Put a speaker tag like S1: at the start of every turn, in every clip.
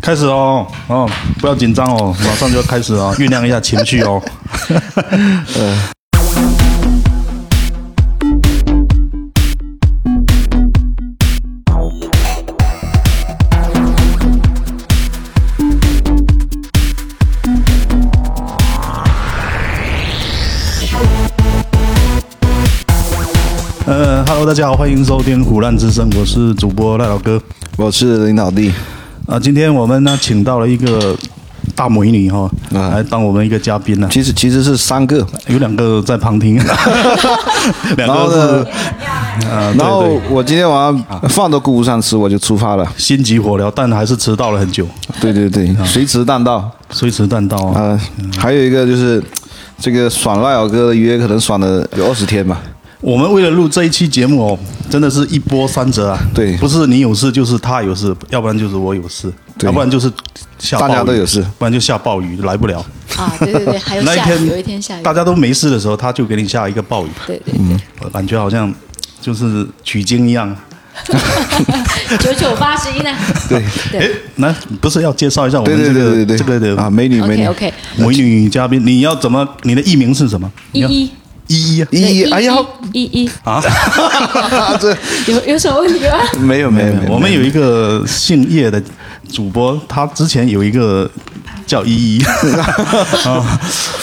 S1: 开始哦，哦，不要紧张哦，马上就要开始哦，酝酿一下情绪哦。呃，Hello，大家好，欢迎收听《虎烂之声》，我是主播赖老哥。
S2: 我是领导弟，
S1: 啊，今天我们呢请到了一个大美女哈、
S2: 啊
S1: 来当我们一个嘉宾呢、
S2: 其实其实是三个，
S1: 有两个在旁 听，两
S2: 然后
S1: 个
S2: 呢呃
S1: 是，啊，对
S2: 然后
S1: 对，
S2: 我今天晚上饭都顾不上吃，我就出发了。
S1: 心急火燎，但还是迟到了很久，
S2: 对对对，随时弹道
S1: 虽迟但到啊。
S2: 啊、还有一个就是，这个爽赖老哥的约可能爽了有二十天吧。
S1: 我们为了录这一期节目哦，真的是一波三折啊！
S2: 对
S1: 不是你有事就是他有事，要不然就是我有事，
S2: 对
S1: 要不然就是下暴雨
S2: 大家都有事，
S1: 不然就下暴雨来不了。
S3: 啊，对对对，还有
S1: 那一
S3: 下雨，
S1: 天
S3: 有一天下雨，
S1: 大家都没事的时候，他就给你下一个暴雨，
S3: 对 对对，
S1: 我感觉好像就是取经一样。
S3: 九九八十一呢？
S2: 对
S1: 哎，那不是要介绍一下我
S2: 对
S1: 们
S2: 对
S1: 这
S2: 对
S1: 个
S2: 对对
S1: 这个的
S2: 啊，美女美女
S3: ，OK OK，
S1: 美女嘉宾？你要怎么？你的艺名是什么？
S3: 一
S1: 依
S3: 一
S1: 依啊，
S3: 对
S2: 一
S3: 一
S2: 哎呀，
S3: 一一，
S1: 啊
S2: 这
S3: 有有什么问题吗？
S2: 没有没有没有，
S1: 啊我们有一个姓叶的主播，他之前有一个叫 依依啊，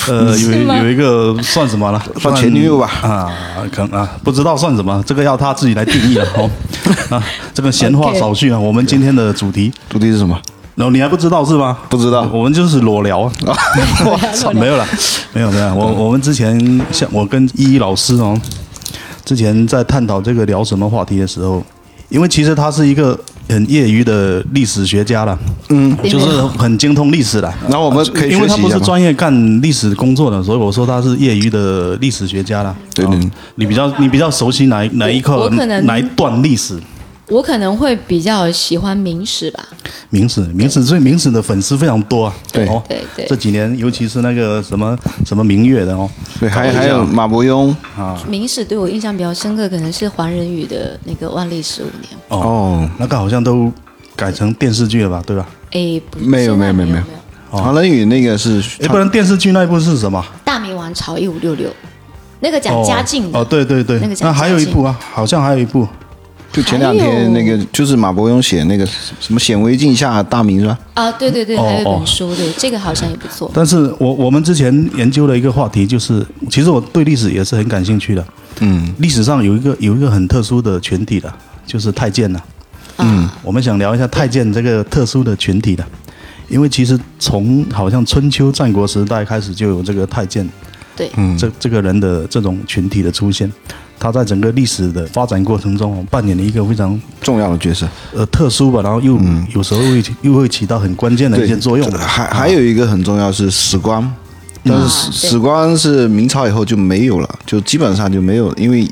S1: 呃，有
S3: 吗
S1: 有一个算什么了？
S2: 算前女友吧
S1: 啊，可能啊，不知道算什么，这个要他自己来定义了哦。啊，这个闲话
S3: OK
S1: 少叙啊，我们今天的主题，
S2: 徒弟是什么？
S1: 然后你还不知道是吗？
S2: 不知道
S1: 我们就是裸聊 啊。
S3: 裸聊
S1: 没有了，没有没有。
S2: 哦
S1: 我我们之前像我跟依依老师哦，之前在探讨这个聊什么话题的时候，因为其实他是一个很业余的历史学家了，嗯，就是很精通历史的。
S2: 然后我们可以
S1: 因为
S2: 学
S1: 他
S2: 习
S1: 不
S2: 一
S1: 是
S2: 下吗？
S1: 专业干历史工作的，所以我说他是业余的历史学家啦。
S2: 对对
S1: 哦你比较你比较熟悉哪一哪一
S3: 我
S1: 课
S3: 我可能
S1: 哪一段历史？
S3: 我可能会比较喜欢明史吧，
S1: 明史，明史，所以明史的粉丝非常多啊。
S2: 对
S1: 哦，
S3: 对对
S1: 这几年尤其是那个什么什么明月的哦，
S2: 对，还还有马伯庸
S3: 明史对我印象比较深刻，可能是黄仁宇的那个《万历十五年》。
S2: 哦，
S1: 那个好像都改成电视剧了吧，对吧？
S3: 哎，不
S2: 没有
S3: 现在
S2: 没
S3: 没
S2: 有没有
S3: 有，
S2: 黄仁宇那个是
S1: 哎，不然电视剧那一部是什么？
S3: 大明王朝一五六六，那个讲
S1: 哦
S3: 嘉靖的
S1: 哦，对对对
S3: 那个，讲
S1: 那还有一部啊，好像还有一部
S2: 就前两
S3: 还有
S2: 天那个就是马伯庸写那个什么显微镜下大明是吧？
S3: 啊，对对对，
S1: 哦
S3: 还有一
S1: 哦
S3: 本书，对，这个好像也不错。
S1: 但是我我们之前研究了一个话题，就是其实我对历史也是很感兴趣的。嗯，历史上有一个有一个很特殊的群体的，就是太监呐。嗯，
S3: 啊
S1: 我们想聊一下太监这个特殊的群体的，因为其实从好像春秋战国时代开始就有这个太监，
S3: 对，
S2: 嗯
S1: 这这个人的这种群体的出现，他在整个历史的发展过程中扮演了一个非常
S2: 重要的角色，
S1: 呃特殊吧，然后又、有时候会起又会起到很关键的一些作用啊嗯的。
S2: 还还有嗯一个很重要是史官，但是
S3: 啊
S2: 史
S3: 对
S2: 史官是明朝以后就没有了，就基本上就没有，因为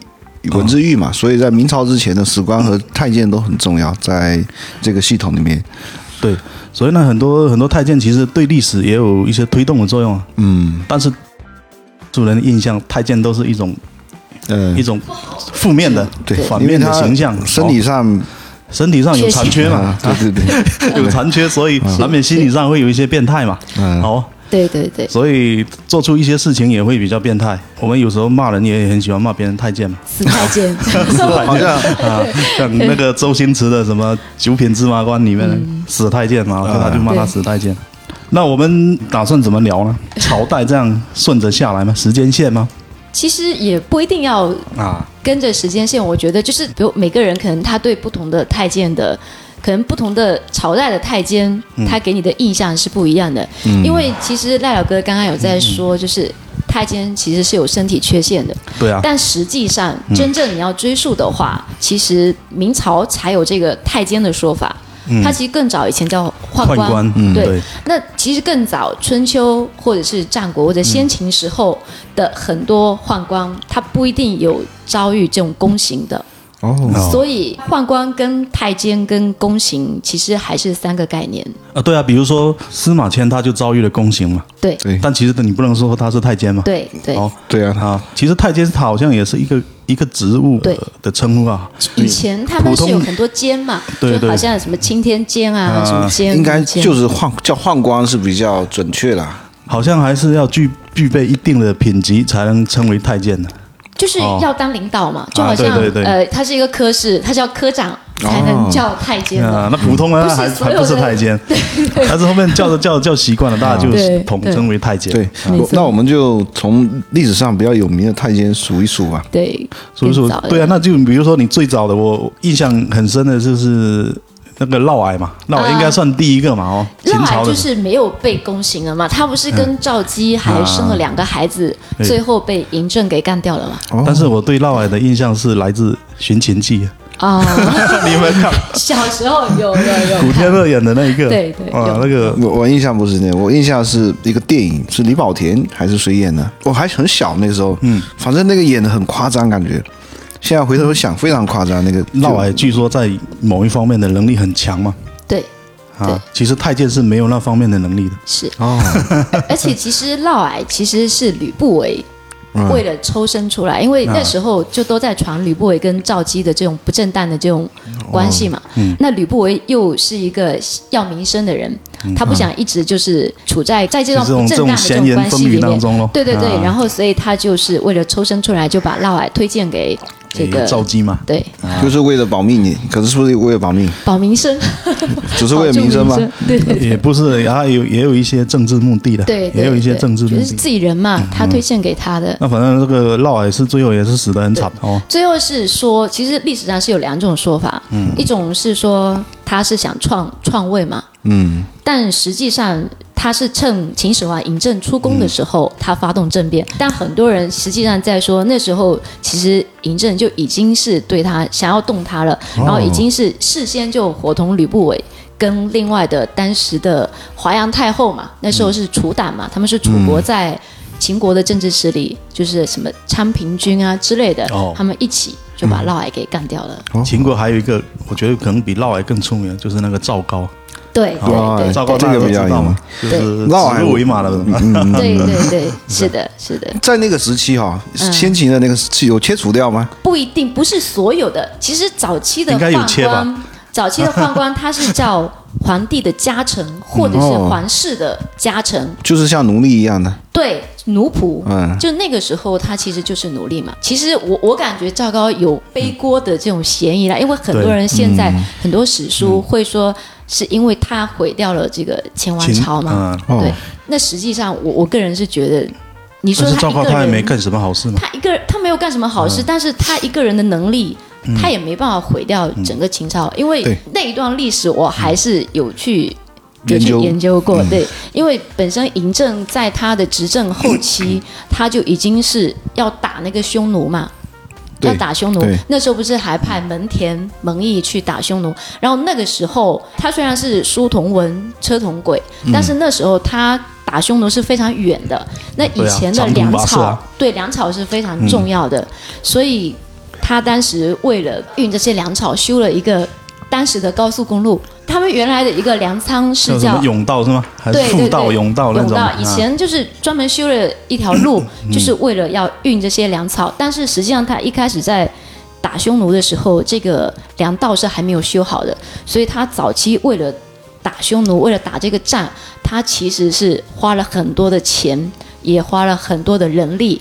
S2: 文字狱
S1: 嗯
S2: 嘛，所以在明朝之前的史官和太监都很重要，在这个系统里面，
S1: 对，所以呢，很多很多太监其实对历史也有一些推动的作用啊。
S2: 嗯
S1: 但是主人的印象，太监都是一种
S2: 呃
S1: 一，种负面的、
S2: 对，
S1: 反
S2: 因为
S1: 面的
S2: 他
S1: 形象，
S2: 身体
S1: 哦
S2: 上
S1: 身体上有残缺嘛
S2: 啊，，对对 对，
S1: 有残缺，所以难免心理上会有一些变态嘛。
S2: 嗯
S1: 哦，
S3: 对对对，
S1: 所以做出一些事情也会比较变态。我们有时候骂人也很喜欢骂别人太监嘛，
S3: 死太监，
S2: 好像
S1: 啊，像那个周星驰的什么《九品芝麻官》里面的死太监嘛，
S2: 嗯
S1: 他就骂他死太监。那我们打算怎么聊呢？朝代这样顺着下来吗？时间线吗？
S3: 其实也不一定要
S1: 啊，
S3: 跟着时间线，我觉得就是，比如每个人可能他对不同的太监的，可能不同的朝代的太监，他给你的印象是不一样的。因为其实赖老哥刚刚有在说，就是太监其实是有身体缺陷的，
S1: 对啊，
S3: 但实际上真正你要追溯的话，其实明朝才有这个太监的说法。他其实更早以前叫宦
S1: 宦官，嗯，
S3: 对
S1: 对，
S3: 那其实更早，春秋或者是战国或
S1: 嗯
S3: 者先秦时候的很多宦官，他不一定有遭遇这种宫刑的。
S2: 哦，
S1: 哦
S3: 所以宦官跟太监跟宫刑其实还是三个概念。
S1: 啊，对啊，比如说司马迁他就遭遇了宫刑嘛，
S3: 对
S2: 对
S1: 但其实你不能说他是太监嘛。
S3: 对对，
S1: 哦
S2: 对
S3: 嗯
S2: 啊，
S1: 啊，其实太监他好像也是一个一个职务
S3: 对
S1: 的称呼啊。
S3: 以前他们
S1: 普通
S3: 是有很多监嘛，
S1: 对对
S3: 就好像什么青天监啊，
S1: 啊
S3: 什么监，
S2: 应该
S3: 监
S2: 就是宦叫宦官是比较准确啦。
S1: 好像还是要具具备一定的品级才能称为太监的。
S3: 就是
S1: 哦啊
S3: 要当领导嘛，就好像
S1: 对对对哦
S3: 呃，他是一个科室，他是要科长才能叫太监的。
S1: 啊，那普通人
S3: 不是
S1: 还
S3: 所
S1: 还
S3: 有的
S1: 不是太监， 但是后面叫着叫着叫习惯了，大家就
S3: 对
S1: 统称为太监。
S2: 对，
S3: 没
S2: 我
S3: 错
S2: 那我们就从历史上比较有名的太监数一数吧。
S3: 对，
S1: 所以说
S3: 更早的
S1: 对啊，那就比如说你最早的，我印象很深的就是那个嫪毐嘛，嫪毐应该算第一个嘛哦，秦
S3: 啊嫪
S1: 朝
S3: 毐
S1: 的
S3: 就
S1: 时候
S3: 是没有被宫刑了嘛，他不是跟赵姬还生了两个孩子，
S1: 啊对
S3: 最后被嬴政给干掉了嘛？
S2: 哦
S1: 但是我对嫪毐的印象是来自《寻秦记》，
S3: 啊、
S1: 你有没有看
S3: 小时候有有有
S1: 哦古天
S3: 看，
S1: 乐演的那一个？
S3: 对对
S1: 啊，
S3: 有
S1: 那个
S2: 我我印象不是那，我印象是一个电影，是李保田还是谁演的？我还很小那时候，嗯，反正那个演的很夸张，感觉。现在回头想，非常夸张。那个
S1: 嫪毐据说在某一方面的能力很强嘛，
S3: 对对
S1: 啊，其实太监是没有那方面的能力的。
S3: 是，
S2: 哦，
S3: 而且其实嫪毐其实是吕不韦。
S2: 嗯
S3: 为了抽身出来，因
S1: 嗯
S3: 为那时候就都在传吕不韦跟赵姬的这种不正当的这种
S1: 哦
S3: 关系嘛。
S1: 嗯
S3: 那吕不韦又是一个要名声的人，
S1: 嗯
S3: 他不想一直就是处在在这种
S1: 这种
S3: 不
S1: 这
S3: 正
S1: 种
S3: 当的这
S1: 闲
S3: 种
S1: 言
S3: 关
S1: 风
S3: 系
S1: 语
S3: 里
S1: 当
S3: 面，
S1: 中咯。
S3: 对对对，
S1: 啊
S3: 然后所以他就是为了抽身出来，就把嫪毐推荐给这
S1: 诶
S3: 个
S1: 赵姬嘛，
S3: 对
S2: 就是为了保命你，可是是不是为了保命？
S3: 保 民生，
S2: 只啊是为了名声吗
S3: 保住？对对
S1: 也不是，然后有也有一些政治目的的，
S3: 对，
S1: 也有一些
S3: 对
S1: 政治目
S3: 就是
S1: 的。嗯
S3: 自己人嘛，他推荐给他的。
S1: 那反正这个嫪毐是最后也是死得很惨哦，
S3: 最后是说，其实历史上是有两种说法，一种是说他是想篡篡位嘛，
S2: 嗯，
S3: 但实际上他是趁秦始皇嬴政出宫的时候，他发动政变。但很多人实际上在说，那时候其实嬴政就已经是对他想要动他了，然后已经是事先就伙同吕不韦。跟另外的当时的华阳太后嘛，那时候是楚党嘛，他们是楚国在秦国的政治势力，就是什么昌平君啊之类的，
S1: 哦
S3: 他们一起就把嫪毐给干掉了。
S1: 秦国还有一个，我觉得可能比嫪毐更出名，就是那个赵高。
S3: 对对
S2: 哇
S3: 对
S1: 赵高
S2: 这
S1: 大家都
S2: 个比
S1: 知
S2: 较
S1: 道嘛，就
S3: 有
S1: 是
S2: 对嫪毐
S1: 指鹿为马的人嘛。
S3: 对
S1: 嗯
S3: 对对，是的，是的。
S2: 在那个时期哈、
S3: 嗯
S2: 先秦的那个时期有切除掉吗？
S3: 不一定，不是所有的。其实早期的
S1: 应该有切
S3: 宦
S1: 吧
S3: 官，早期的宦官他是叫皇帝的家臣，或者
S1: 嗯哦
S3: 是皇室的家臣，
S2: 就是像奴隶一样的，
S3: 对奴仆。
S2: 嗯
S3: 就那个时候，他其实就是奴隶嘛。其实我我感觉赵高有背锅的这种嫌疑啦，因为很多人现在
S1: 嗯
S3: 很多史书会说是因为他毁掉了这个秦王
S1: 秦
S3: 朝嘛。
S1: 嗯，
S2: 哦
S3: 对，那实际上我我个人是觉得，你说
S1: 但是
S3: 他
S1: 赵
S3: 一
S1: 高
S3: 个
S1: 他也
S3: 人
S1: 没干什么好事嘛。
S3: 他一个人，他没有干什么好
S2: 嗯
S3: 事，但是他一个人的能力，他也没办法毁掉整个秦朝，因为
S2: 对
S3: 那一段历史我还是有去。有
S2: 研
S3: 去
S2: 究嗯
S3: 研究过，对，因为本身嬴政在他的执政后
S2: 嗯
S3: 期，他就已经是要打那个匈奴嘛，
S2: 对
S3: 要打匈奴
S2: 对。
S3: 那时候不是还派蒙恬、蒙毅去打匈奴？然后那个时候，他虽然是书同文、车同轨，
S1: 嗯
S3: 但是那时候他打匈奴是非常远的。那以
S1: 对啊
S3: 前的
S1: 长途
S3: 粮
S1: 跋涉
S3: 草，
S1: 啊嗯
S3: 对粮草是非常重要的，所以他当时为了运这些粮草，修了一个当时的高速公路。他们原来的一个粮仓
S1: 叫
S3: 是
S1: 什
S3: 叫
S1: 么甬道是吗？还是
S3: 对
S1: 妇
S3: 对
S1: 道、
S3: 对，
S1: 甬道那种？
S3: 以
S1: 啊嗯
S3: 前就是专门修了一条路， 就是为了要运这些粮草。但是实际上，他一开始在打匈奴的时候，这个粮道是还没有修好的，所以他早期为了打匈奴，为了打这个战，他其实是花了很多的钱，也花了很多的人力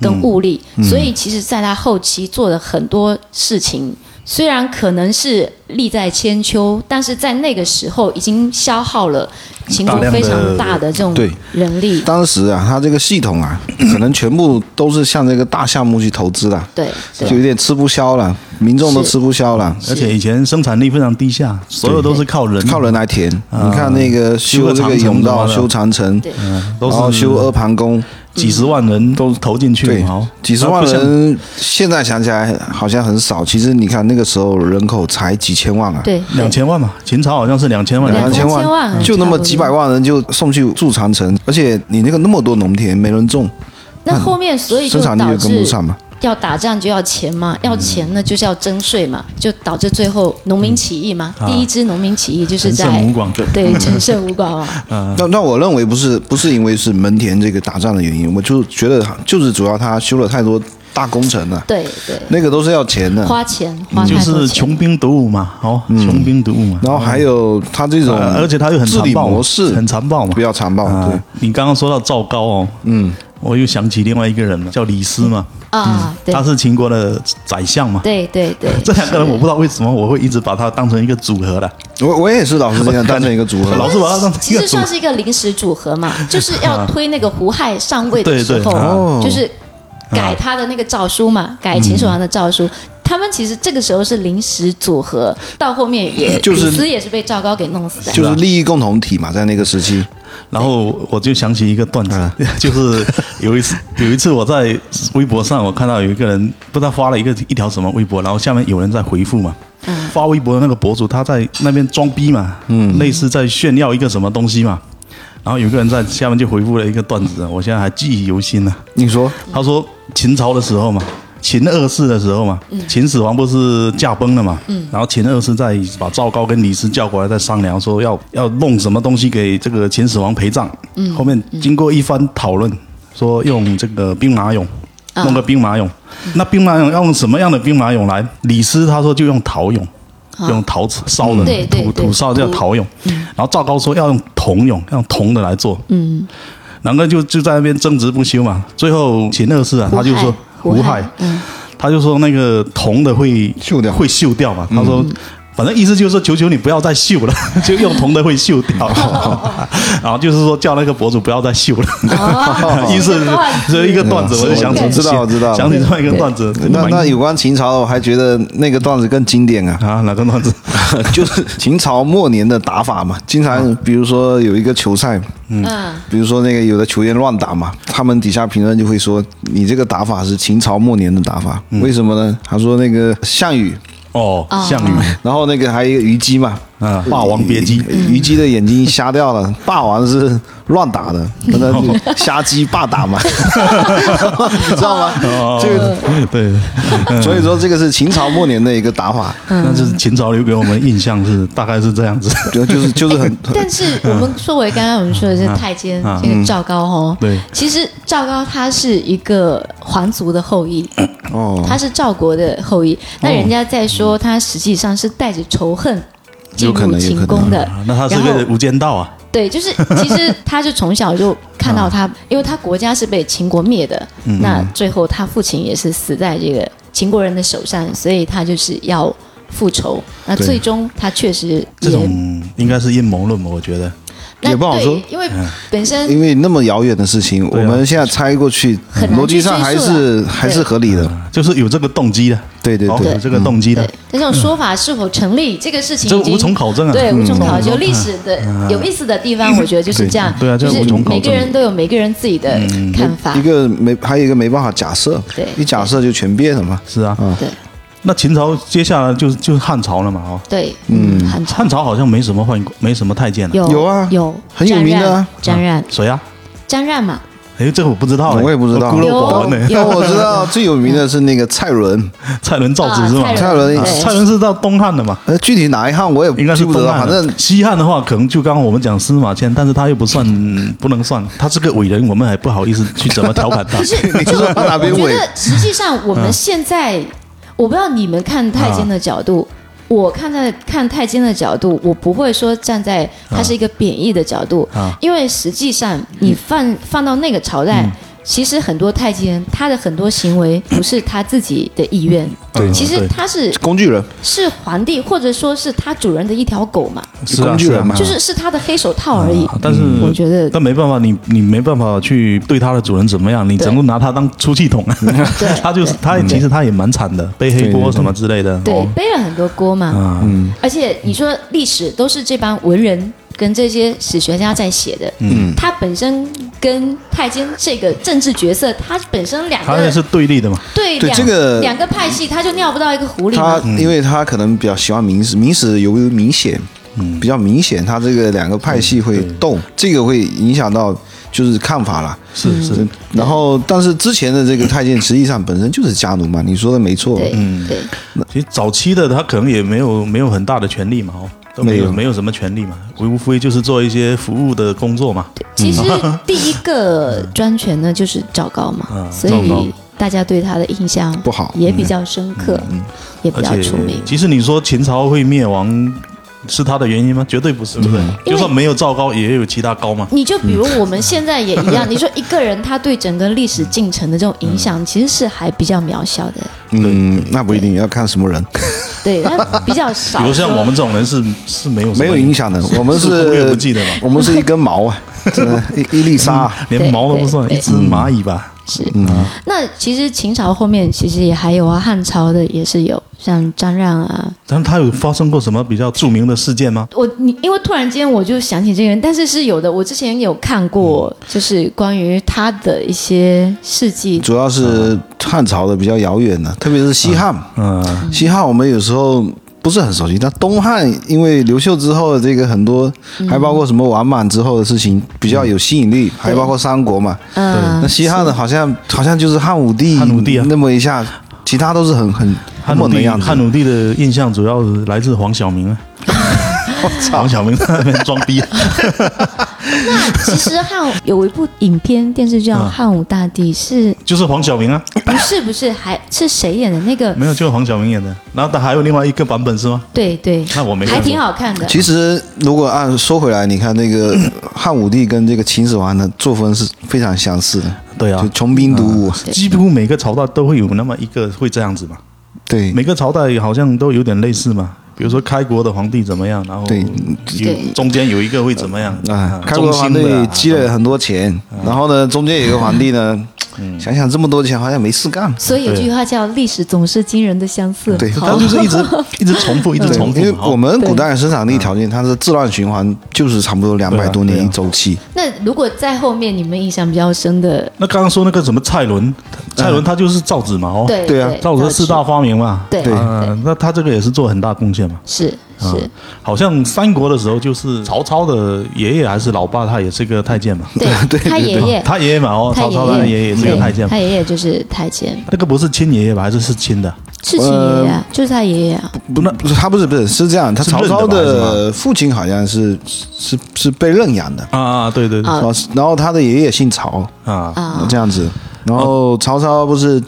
S1: 嗯
S3: 跟物力。所以其实，在他后期做的很多事情。虽然可能是利在千秋，但是在那个时候已经消耗了秦国
S1: 大量的
S3: 非常大的这种
S2: 对
S3: 人力，
S2: 当时啊，他这个系统 啊，可能全部都是向这个大项目去投资的，
S3: 对
S2: 就
S3: 对
S2: 有点吃不消了，民众都
S3: 是
S2: 吃不消了，
S1: 而且以前生产力非常低下，所有都是靠人，
S2: 靠人来填。你看那个修这个甬道、修
S1: 嗯修
S2: 长城，
S3: 对
S1: 都
S2: 然后
S1: 是
S2: 哦修阿盘宫，
S1: 几十万人都投进去
S2: 对
S1: 嘛。哦
S2: 几十
S1: 那
S2: 万
S1: 不像
S2: 人，现在想起来好像很少。其实你看那个时候人口才几千万啊，
S3: 对
S1: 两千万嘛，秦朝好像是两千万
S3: 两
S1: 人
S2: 两
S1: 口，
S2: 千
S3: 两千万
S2: 就那么几百万人就送去住长城，而且你那个那么多农田没人种，
S3: 那后面所以就
S2: 生产力
S3: 导
S2: 就跟不
S3: 致
S2: 上嘛。
S3: 要打仗就要钱嘛，
S1: 嗯
S3: 要钱呢就是要征税嘛，就导致最后农民起义嘛。
S1: 啊
S3: 第一支农民起义就是
S1: 陈
S3: 在
S1: 胜吴广，
S3: 对陈胜吴广啊，
S1: 嗯
S2: 那那我认为不是不是因为是门田这个打仗的原因，我就觉得就是主要他修了太多大工程了，
S3: 对对，
S2: 那个都是要钱的。
S3: 花钱花
S1: 嗯
S3: 太
S1: 就
S3: 多
S1: 是
S3: 钱
S1: 穷兵黩武嘛，哦，穷兵黩武嘛。
S2: 嗯然后还有他这种，
S1: 呃而且他又很
S2: 治
S1: 残
S2: 理
S1: 暴嘛
S2: 模式
S1: 很残暴嘛
S2: 比较残暴。对
S1: 啊，你刚刚说到赵高哦，嗯，我又想起另外一个人了，叫李斯嘛，
S3: 啊，对
S1: 嗯他是秦国的宰相嘛。
S3: 对对对，
S1: 这两个人我不知道为什么我会一直把他当成一个组合的，
S2: 我我也是老是这 样当成一个组合，
S1: 老是把他当成
S3: 其
S1: 一个
S3: 实
S1: 组
S3: 算
S1: 合。
S3: 是一个临时组合嘛，就是要推那个胡亥上位的
S1: 对
S3: 时
S1: 对
S3: 候，
S1: 哦
S3: 就是改他的那个诏书嘛，改秦始皇的诏书。他们其实这个时候是临时组合，到后面也
S2: 就是
S3: 李斯也是被赵高给弄死的。
S2: 就是利益共同体嘛，在那个时期，
S1: 然后我就想起一个段子， 就是有一次有一次我在微博上，我看到有一个人不知道发了一个一条什么微博，然后下面有人在回复嘛，发微博的那个博主他在那边装逼嘛，嗯，类似在炫耀一个什么东西嘛，然后有个人在下面就回复了一个段子，我现在还记忆犹新呢、
S2: 你说
S1: 他说秦朝的时候嘛，秦二世的时候嘛，
S3: 嗯
S1: 秦始皇不是驾崩了嘛，然后秦二世再把赵高跟李斯叫过来，再商量说要要弄什么东西给这个秦始皇陪葬。
S3: 嗯
S1: 后面经过一番讨论，说用这个兵马俑，
S3: 啊
S1: 弄个兵马俑。那兵马俑要用什么样的兵马俑来？李斯他说就用陶俑。
S3: 啊
S1: 用陶瓷烧的
S3: 对对
S1: 土
S3: 对嗯
S1: 土烧叫
S3: 土
S1: 陶俑，然后赵高说要用铜俑，要用铜的来做，两个就就在那边争执不休嘛。最后秦二世啊，他就说
S3: 胡
S1: 胡
S3: 亥
S1: 亥，
S2: 嗯
S1: 他就说那个铜的会
S2: 锈掉
S1: 会锈掉
S2: 嗯
S1: 嘛。他说，反正意思就是说，求求你不要再锈 了，就用铜的会锈掉。
S2: 哦
S1: 然后就是说叫那个博主不要再锈了。 意思是这一个段子，我就想起
S2: 哦嗯我知道我知道
S1: 想起这么一个段子。，
S2: 那那有关秦朝的，我还觉得那个段子更经典啊
S1: 啊，哪个段子？
S2: 就是 秦朝末年的打法嘛，经常比如说有一个球赛，
S3: 嗯，
S2: 比如说那个有的球员乱打嘛，他们底下评论就会说你这个打法是秦朝末年的打法，为什么呢？他说那个项羽，
S1: 哦，项羽
S2: 然后那个还有一个虞姬嘛，呃嗯
S1: 啊，《霸王别姬》
S2: 虞姬的眼睛瞎掉了， 霸王是乱 打
S1: 哦
S2: 的，那那瞎鸡霸打嘛，你知道
S1: 哦
S2: 吗？这个，
S1: 对，嗯
S2: 所以说这个是秦朝末年的一个打法，
S1: 那就是秦朝留给我们印象是大概是这 样子。
S2: 就就是就是 很
S3: 但是我们说回刚刚我们说的这太监
S1: 啊，
S3: 这个赵高哦，
S1: 对
S3: 其实赵高他是一个皇族的后裔，
S2: 哦，
S3: 他是赵国的后裔，那人家在说他实际上是带着仇恨进
S2: 有可
S3: 入
S2: 能
S3: 秦宫的
S1: 啊，那他是
S3: 然后
S1: 个无间道啊。
S3: 对，就是其实他是从小就看到他，因为他国家是被秦国灭的，
S1: 嗯
S3: 那最后他父亲也是死在这个秦国人的手上，所以他就是要复仇。那
S2: 对
S3: 最终他确实
S1: 这
S3: 也
S1: 种嗯应该是阴谋论吧？我觉得，
S3: 那
S2: 也不好
S3: 对
S2: 说
S3: 因为
S1: 哎
S3: 本身
S2: 因为那么遥远的事情，我
S1: 啊
S2: 们现在猜过去，
S3: 很难
S2: 逻辑上还
S3: 去追溯啊
S2: 是还是合理的，
S1: 就是有这个动机的，
S2: 对对
S1: 哦
S2: 对
S1: 有这个动机的
S3: 对，那这种说法是否成立，这个事情
S1: 这
S3: 已经
S1: 无从考证啊。
S3: 对，无从考
S1: 嗯
S3: 究。历史的有意思的地方，我觉得就是这样。
S1: 对啊这
S3: 就是
S1: 无从考
S3: 每个
S1: 证嗯
S3: 人都有每个人自己的看法
S2: 一。个没还有一个没办法假设
S3: 对，
S2: 一假设就全变了嘛。
S1: 是啊。
S3: 对
S1: 那秦朝接下来就是就是汉朝了嘛？哦，
S3: 对，嗯，很
S1: 汉朝好像没什么换过，没什么太监了。
S3: 有
S2: 有啊
S3: 有
S2: 很有名的啊
S3: 詹冉，
S1: 谁啊？
S3: 詹冉嘛，
S1: 哎，这个我不知道哎，
S2: 我也不知道
S1: 孤陋
S3: 有
S1: 寡闻呢。
S2: 但我知道最有名的是那个蔡伦，
S1: 蔡伦造
S3: 啊
S1: 纸是吗？
S2: 蔡伦
S1: 啊
S2: 对
S1: 蔡伦是到东汉的嘛？
S2: 呃，具体哪一项我也
S1: 应该
S2: 记
S1: 是
S2: 不
S1: 东
S2: 得了，
S1: 汉
S2: 反
S1: 的。
S2: 正
S1: 西汉的话，可能就刚刚我们讲司马迁，但是他又不算，不能算，他是个伟人，我们还不好意思去怎么调侃他啊
S3: 不。是，
S2: 你
S3: 就
S2: 说
S3: 我
S2: 他哪边
S3: 觉
S2: 伟
S3: 得实际上我们现
S1: 嗯
S3: 在，我不知道你们看太监的角度。
S1: 啊
S3: 我看在看太监的角度，我不会说站在它是一个贬义的角度，
S1: 啊嗯
S3: 因为实际上你放、放到那个朝代，其实很多太监他的很多行为不是他自己的意愿，
S1: 对
S3: 其实
S1: 对
S3: 他是
S2: 工具人，
S3: 是皇帝或者说是他主人的一条狗嘛，
S1: 是啊
S2: 工具人
S1: 是啊
S2: 嘛
S3: 就。是是他的黑手套而已。
S1: 啊但是
S2: 嗯
S3: 我觉得
S1: 但没办法，你你没办法去对它的主人怎么样，你只能拿它当出气筒。 它就是它，其实它也蛮惨的，背黑锅什么之类的。
S3: 嗯对
S1: 哦，
S3: 背了很多锅嘛。嗯，而且你说历史都是这帮文人跟这些史学家在写的，嗯，他本身跟太监这个政治角色，他本身两
S1: 它也
S3: 个
S1: 是对立的嘛。
S3: 对
S2: 对
S3: 两
S2: 这个嗯
S3: 两个派系，他就尿不到一个壶里
S2: 他
S1: 嗯
S3: 嘛。
S2: 因为他可能比较喜欢明史，明史由于
S1: 嗯
S2: 明显，比较明显，他这个两个派系会动，这个会影响到就是看法了。
S3: 嗯
S1: 是是，
S2: 然后，但是之前的这个太监实际上本身就是家奴嘛，你说的没错。
S3: 对对，
S1: 其实早期的他可能也没有没有很大的权利嘛，哦，都没
S2: 没有
S1: 有没有什么权利嘛，无非就是做一些服务的工作嘛。
S3: 其实第一个专权呢就是赵高嘛，
S1: 嗯
S3: 所
S1: 赵高
S3: 以大家对他的印象
S2: 不好
S3: 也比较深刻，也比
S1: 而
S3: 较
S1: 且
S3: 出名，。
S1: 其实你说秦朝会灭亡是他的原因吗？绝对不是，对不对？
S3: 嗯因为
S1: 就算没有赵高，也有其他高嘛。
S3: 你就比如我们现在也一样，你说一个人他对整个历史进程的这种影响，其实是还比较渺小的，
S2: 嗯，那不一定要看什么人，
S3: 对，他比较少。
S1: 比如像我们这种人是是没有什么
S2: 没有影响的。我们
S1: 是忽略不
S2: 是，
S1: 计的嘛，
S2: 我们是一根毛 啊，真的，一一粒沙。
S1: 啊连毛都不算，
S3: 对嗯
S1: 一只蚂蚁吧。
S3: 是，那其实秦朝后面其实也还有啊，汉朝的也是有，像张让啊，
S1: 但他有发生过什么比较著名的事件吗？
S3: 我你因为突然间我就想起这个人，但是是有的，我之前有看过，
S1: 嗯
S3: 就是关于他的一些事迹。
S2: 主要是汉朝的比较遥远的，特别是西汉。
S1: 嗯，
S2: 西汉我们有时候不是很熟悉，但东汉因为刘秀之后的这个很多，还包括什么王莽之后的事情比较有吸引力，还包括三国嘛。
S3: 嗯
S2: 那，西汉的好像好像就是汉武帝，
S1: 汉武帝啊
S2: 那么一下，其他都是很很
S1: 汉
S2: 很
S1: 武
S2: 猛的
S1: 帝，
S2: 样子。
S1: 汉武帝的印象主要是来自黄晓明啊。 黄晓明在那边装逼，啊
S3: 其实汉有一部影片电视剧叫《
S1: 嗯
S3: 汉武大帝》，是
S1: 就是黄晓明啊，
S3: 不是不是还是谁演的那个？
S1: 没有，就是黄晓明演的。然后他还有另外一个版本是吗？
S3: 对对，
S1: 那我没看
S3: 还
S1: 过
S3: 挺好看的。
S2: 其实，如果按说回来，你看那个汉武帝跟这个秦始皇的作风是非常相似的，
S1: 对啊
S2: 就，穷兵黩武。
S1: 几乎每个朝代都会有那么一个会这样子嘛，
S2: 对
S1: 每个朝代好像都有点类似嘛。比如说开国的皇帝怎么样，然后
S2: 对
S1: 有中间有一个会怎么样
S2: 啊，开国皇帝积累了很多钱，
S1: 嗯
S2: 然后呢，中间有一个皇帝呢，想想这么多钱好像没事干。
S3: 所以有句话叫“历史总是惊人的相似”，
S2: 对
S1: 他
S3: 好
S1: 就是 一直一直重复，一直
S2: 对
S1: 重复
S2: 因为
S1: 嘛。哦
S2: 我们古代的生产力条件，它是自然循环，就是差不多两百多
S1: 啊
S2: 年一周期。
S3: 那如果在后面你们印象比较深的，
S1: 那刚刚说那个什么蔡伦，蔡伦他就是造纸嘛，哦，
S3: 对
S2: 对啊
S1: 造纸的四大，发明嘛，
S3: 对
S2: 对
S1: 嗯，那他这个也是做很大贡献嘛。
S3: 是是，
S1: 好像三国的时候，就是曹操的爷爷还是老爸，他也是个太监嘛，
S3: 对，他爷爷，
S1: 他爷爷嘛，哦，
S3: 他
S1: 曹操
S3: 爷
S1: 的爷爷也是
S3: 对
S1: 个太监嘛
S3: 他。爷爷就是太监，
S1: 那个不是亲爷爷吧，还是是亲的？
S3: 是亲爷爷啊，就是他爷爷啊，
S2: 不，不是他不是不是是这样，他
S1: 是
S2: 曹
S1: 认的
S2: 操
S1: 吧还是什
S2: 的父亲好像是是是被认养的，
S1: 啊啊，对对对
S3: 啊
S2: 然后然后他的爷爷姓曹，
S1: 啊，
S3: 啊
S2: 这样子。然后曹操不是，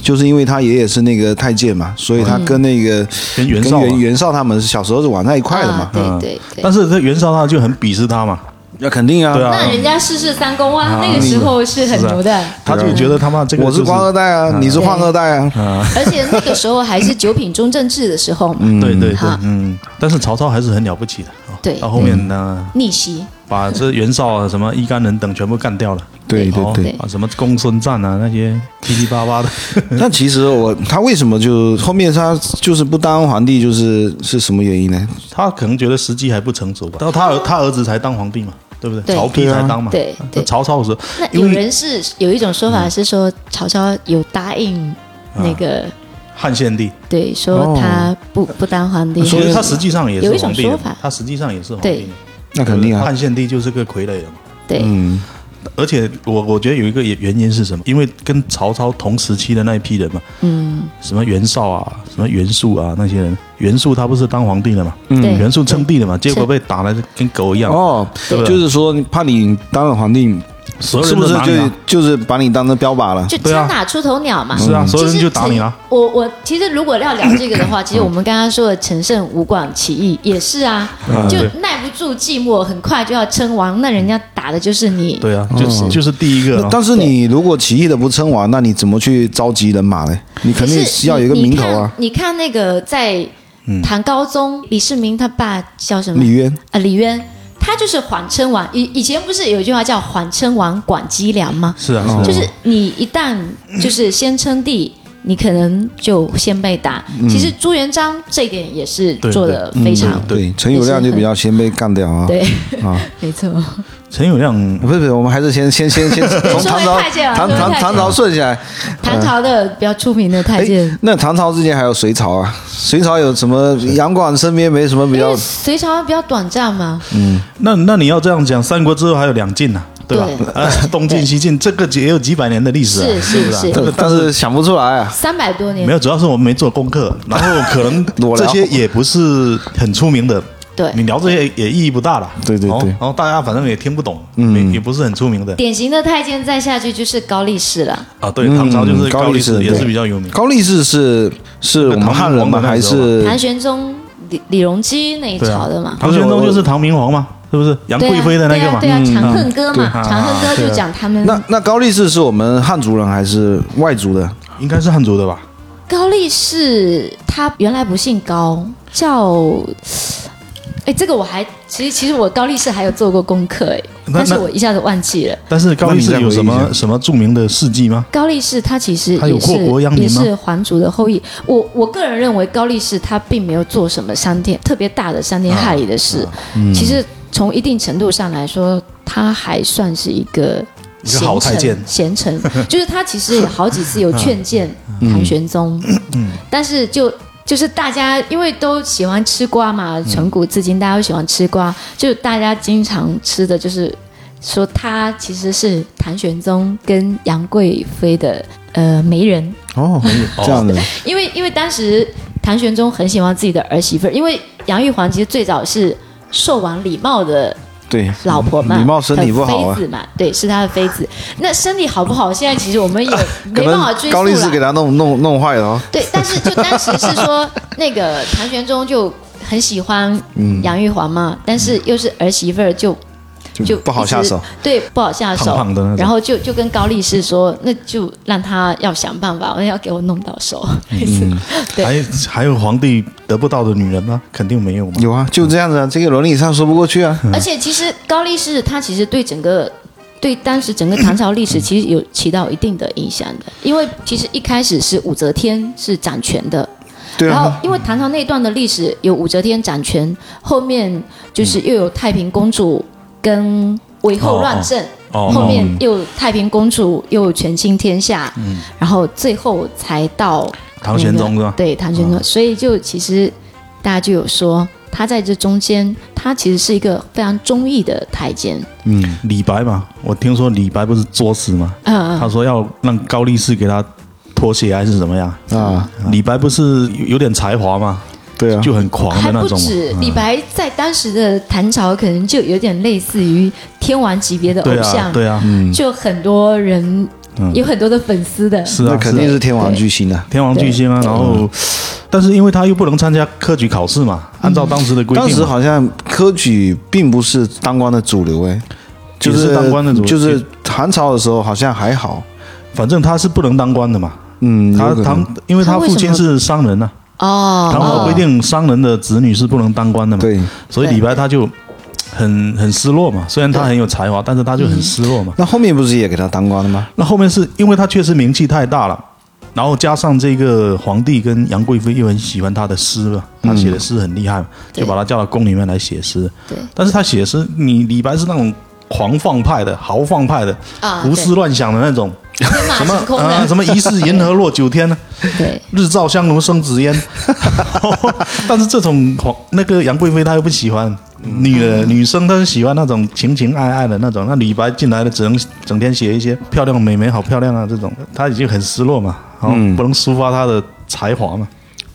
S2: 就是因为他爷爷是那个太监嘛，所以
S3: 嗯
S2: 他跟那个
S1: 跟袁
S2: 跟
S1: 绍嘛。啊
S2: 袁袁绍他们小时候是玩在一块的嘛
S3: 啊，对对对
S1: 但。是这袁绍他就很鄙视他嘛，
S2: 那肯定啊
S1: 对啊啊
S3: 那人家世事三公啊，那个时候是很牛的，
S1: 他就觉得他妈这个
S2: 我
S1: 就是嗯
S2: 官二代啊，你是
S3: 对
S2: 宦二代啊，
S3: 而且那个时候还是九品中正制的时候嘛，
S1: 对对对
S3: 哈，
S1: 嗯，但是曹操还是很了不起的，哦
S3: 对
S1: 到后面呢，
S3: 逆袭，
S1: 把这袁绍啊什么一干人等全部干掉了，
S2: 对对
S1: 哦
S2: 对。
S1: 啊什么公孙瓒啊那些七七八八的，
S2: 但其实我他为什么就后面他就是不当皇帝，就是是什么原因呢？
S1: 他可能觉得时机还不成熟吧，到他儿他儿子才当皇帝嘛，对不
S3: 对
S1: 对？曹丕才当嘛，
S3: 对啊对
S1: 曹操的时候，
S3: 那
S1: 因
S3: 有
S1: 为
S3: 人是有一种说法是说曹操有答应那个，
S1: 啊汉献帝，
S3: 对，说他不不当皇帝，
S1: 哦啊所以他实际上也
S3: 有
S1: 是
S3: 一种
S1: 皇帝的
S3: 说法
S1: 嘛，他实际上也是皇
S3: 对
S1: 帝的。
S2: 那肯定啊
S1: 汉，献帝就是个傀儡了嘛。
S3: 对
S2: 嗯，
S1: 而且我我觉得有一个也原因是什么？因为跟曹操同时期的那一批人嘛，
S3: 嗯，
S1: 什么袁绍啊，什么袁术啊那些人，袁术他不是当皇帝了嘛，
S3: 对，
S1: 袁术称帝了嘛，结果被打的跟狗一样，
S2: 哦，
S1: 啊对不对
S2: 就是说怕你当了皇帝，
S1: 所有
S2: 是
S1: 人
S2: 不
S1: 都啊
S2: 是
S1: 打你
S2: 就
S1: 了？
S2: 就是把你当成标靶了？
S3: 就
S1: 对啊
S3: 枪打出头鸟嘛。
S1: 是
S2: 嗯
S1: 啊，所有
S3: 其
S1: 人
S3: 实
S1: 就打你了。嗯
S3: 我我其实如果要聊这个的话，其实我们刚刚说的陈胜吴广起义也是啊，
S1: 嗯
S3: 就耐不住寂寞，很快就要称王，那人家打的就是你。
S1: 对啊，就是就是第一个
S2: 那
S1: 咯，
S2: 但是你如果起义的不称王，那你怎么去召集人马呢？你肯
S3: 可
S2: 定
S3: 是
S2: 要有一个
S3: 你
S2: 名头啊。
S3: 你看你看那个在
S1: 嗯
S3: 唐高宗李世民他爸叫什么？
S2: 李渊，
S3: 啊，李渊，他就是缓称王。以以前不是有一句话叫“缓称王，管积粮”吗？
S1: 是啊，是啊
S3: 就是你一旦就是先称帝，你可能就先被打。其实朱元璋这一点也是
S1: 嗯对嗯
S3: 做的非常
S2: 嗯对，陈友谅就比较先被干掉啊。
S3: 对，
S2: 啊，
S3: 没错。
S1: 陈友谅
S2: 不是不是，我们还是先先先先从唐
S3: 说
S2: 朝
S3: 回太监啊
S2: 唐
S3: 说回
S2: 唐
S3: 太监
S2: 唐朝顺下来。
S3: 唐朝的比较出名的
S1: 哎
S3: 太监，
S2: 哎那唐朝之前还有隋朝啊，隋朝有什么？杨广身边没什么比
S3: 因
S2: 较
S3: 为隋朝比较短暂嘛。
S1: 那那你要这样讲，三国之后还有两晋呐，对吧？啊，东晋西晋这个也有几百年的历史啊，
S3: 是
S1: 是不
S3: 是
S1: 啊
S3: 是
S2: 但但是想不出来啊。
S3: 三百多年
S1: 没有，主要是我们没做功课，然后可能
S2: 裸聊
S1: 这些也不是很出名的，
S3: 对
S1: 你聊这些也意义不大了。
S2: 对对
S1: 哦
S2: 对
S1: 然后大家反正也听不懂，嗯，也不是很出名的
S3: 典型的太监再下去就是高力士了，
S1: 啊。对，唐朝就是
S2: 嗯高
S1: 力
S2: 力士
S1: 士也是
S2: 对
S1: 比较有名。
S2: 高力士是是我们汉人吗？
S1: 唐
S2: 还
S1: 明皇的
S2: 是
S3: 唐玄宗、李李隆基那一
S1: 对
S3: 朝
S1: 啊
S3: 的嘛。
S1: 唐玄宗就是唐明皇嘛，是不是？杨
S3: 对
S1: 贵
S3: 啊，
S1: 妃的那个嘛
S3: 对。啊，对啊，《长恨歌》嘛，
S1: 对啊
S3: 《长恨歌》就讲他们
S2: 那那高力士是我们汉族人还是外族的？
S1: 应该是汉族的吧？
S3: 高力士，他原来不姓高，叫……哎，这个我还其实其实我高力士还有做过功课哎，
S1: 那
S3: 但是
S1: 那
S3: 我一下子忘记了。
S1: 但是高力士有什
S2: 那你再回忆
S1: 么
S2: 一下
S1: 什么著名的事迹吗？
S3: 高力士他其实
S1: 他有
S3: 也
S1: 过国殃
S3: 是
S1: 民
S3: 也
S1: 吗
S3: 是皇族的后裔。我我个人认为高力士他并没有做什么伤天特别大的伤天
S1: 啊
S3: 害理的事。
S1: 嗯
S3: 其实从一定程度上来说，他还算是一个
S1: 一个好太监嗯
S3: 贤 臣，贤臣就是他其实有好几次有劝谏唐玄宗，但是就。就是大家因为都喜欢吃瓜嘛，从古至今大家都喜欢吃瓜，就大家经常吃的就是说他其实是唐玄宗跟杨贵妃的呃媒人，
S2: 哦，这样的，
S3: 因为因为当时唐玄宗很喜欢自己的儿媳妇儿，因为杨玉环其实最早是寿王李瑁的
S2: 对，
S3: 老婆嘛，
S2: 礼貌身体不好
S3: 她的
S2: 啊
S3: 妃，子嘛，对，是他的妃子。那身体好不好，现在其实我们也
S2: 可
S3: 没办法
S2: 能
S3: 追
S2: 高
S3: 溯
S2: 力士给
S3: 了。
S2: 他弄弄弄坏了哦。
S3: 对，但是就当时是 说那个唐玄宗就很喜欢
S2: 嗯
S3: 杨玉环嘛，但是又是儿媳妇儿就就
S2: 嗯不好
S3: 一直
S2: 下手，
S3: 对，不好下手，
S1: 胖胖的那种
S3: 然后就就跟高力士说，那就让他要想办法，要给我弄到手。对
S1: 还还有皇帝得不到的女人吗？肯定没有嘛。
S2: 有啊，就这样子啊，这个伦理上说不过去
S1: 嗯
S2: 啊。
S3: 而且其实高力士他其实对整个对当时整个唐朝历
S1: 嗯
S3: 史其实有起到一定的影响的，因为其实一开始是武则天是掌权的，
S2: 对
S3: 然后
S2: 啊，
S3: 因为唐朝那段的历史有武则天掌权，后面就是又有太平公主跟韦后乱政。
S1: 哦
S3: 后面又太平公主，又权倾天下，
S1: 嗯
S3: 然后最后才到
S1: 唐玄宗是吧？
S3: 嗯
S1: 啊
S3: 对，唐玄宗。所以就其实大家就有说，他在这中间，他其实是一个非常忠义的太监。
S2: 嗯，
S1: 李白嘛，我听说李白不是作死吗？
S3: 嗯
S1: 他说要让高力士给他脱鞋还是怎么样？
S2: 啊，
S1: 李白不是有有点才华嘛，
S2: 对啊，
S1: 就很狂
S3: 还
S1: 的那
S3: 不
S1: 种嘛。嗯
S3: 止，李白在当时的唐朝可能就有点类似于天王级别的
S1: 对
S3: 偶
S1: 啊，
S3: 像，
S1: 对嗯啊，
S3: 就很多人、有很多的粉丝的。
S1: 是
S2: 那
S1: 啊，
S2: 肯
S1: 是啊
S2: 定是天嗯王巨星啊。
S1: 天王巨星啊。然后，但是因为他又不能参加科举考试嘛，按照当时的规定嘛，
S2: 嗯当时好像科举并不是当官的主流，哎，就
S1: 也是当官的主流
S2: 就是唐朝的时候好像还好，
S1: 反正他是不能当官的嘛。
S2: 嗯，
S1: 他
S2: 有可能
S1: 他因为他
S3: 他为
S1: 父
S3: 什
S1: 亲
S3: 么
S1: 是商人啊呐，
S3: 哦，
S1: 唐朝规定商人的子女是不能当官的嘛，
S2: 对。
S1: 所以
S3: 对
S1: 李白他就很很失落嘛。虽然他
S3: 对嗯
S1: 很有才华，但是他就很失落嘛。
S2: 那后面不是也给他当官了吗？
S1: 那后面是因为他确实名气太大了，然后加上这个皇帝跟杨贵妃又很喜欢他的诗嘛，他写的诗很厉害嘛，
S3: 嗯对
S1: 就把他叫到宫里面来写诗。
S3: 哦对
S1: 但是他写诗，你李白是那种狂放派的、豪放派的、
S3: 啊，
S1: 胡思乱想的那种，
S3: 对天马
S1: 什么
S3: 行空
S1: 啊、
S3: 的，
S1: 什么疑是银河落九天呢、
S3: 对
S1: 日照香炉生紫 烟。但是这种皇那个杨贵妃她又不喜欢女的
S2: 嗯
S1: 女生，她是喜欢那种情情爱爱的那种。那李白进来的只能整天写一些漂亮美眉好漂亮啊这种，他已经很失落嘛，然后
S2: 嗯
S1: 不能抒发他的才华嘛。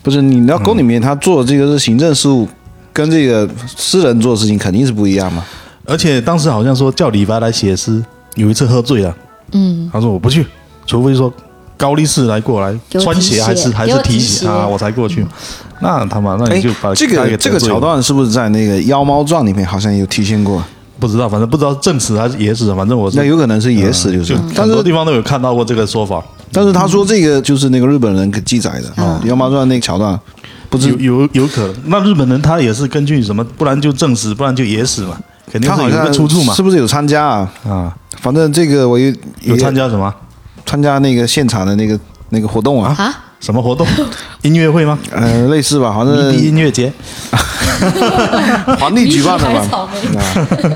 S2: 不是，你到宫里面他做这个是行政事务，跟这个私人做事情肯定是不一样嘛。
S1: 而且当时好像说叫李白来写诗，有一次喝醉了，嗯，他说我不去，除非说高力士来过来
S3: 给我
S1: 穿
S3: 提
S1: 鞋
S3: 鞋
S1: 还是还
S3: 给
S1: 是
S3: 我
S1: 提
S3: 提
S1: 鞋
S3: 鞋
S1: 啊，我才过去。那他妈，那
S2: 嗯哎
S1: 你就把，
S2: 这
S1: 他给
S2: 个
S1: 得
S2: 这个
S1: 罪
S2: 桥
S1: 了
S2: 段是不是在那个《妖猫传》里面好像有体现过？
S1: 不知道，反正不知道是正史还是野史，反正我是
S2: 那有可能是野史，就是
S1: 就。
S2: 但
S1: 嗯很多
S2: 是
S1: 地方都有看到过这个说法，
S2: 但是他说这个就是那个日本人给记载的
S1: 嗯
S2: 哦，《妖猫传》那个桥段，不
S1: 有
S2: 知
S1: 有有可能。那日本人他也是根据什么，不然就正史，不然就野史嘛，肯定
S2: 他
S1: 是有
S2: 好
S1: 一
S2: 像
S1: 个出处嘛
S2: 是。不是有参加啊？
S1: 啊，
S2: 反正这个我有
S1: 有
S2: 也
S1: 参加什么
S2: 参加那个现场的那个那个活动啊，
S3: 啊，
S1: 什么活动？音乐会吗？
S2: 呃，类似吧，反
S1: 迷笛
S2: 正
S1: 音乐节？
S2: 皇帝举办的
S3: 还是
S2: 嘛。
S3: 草莓，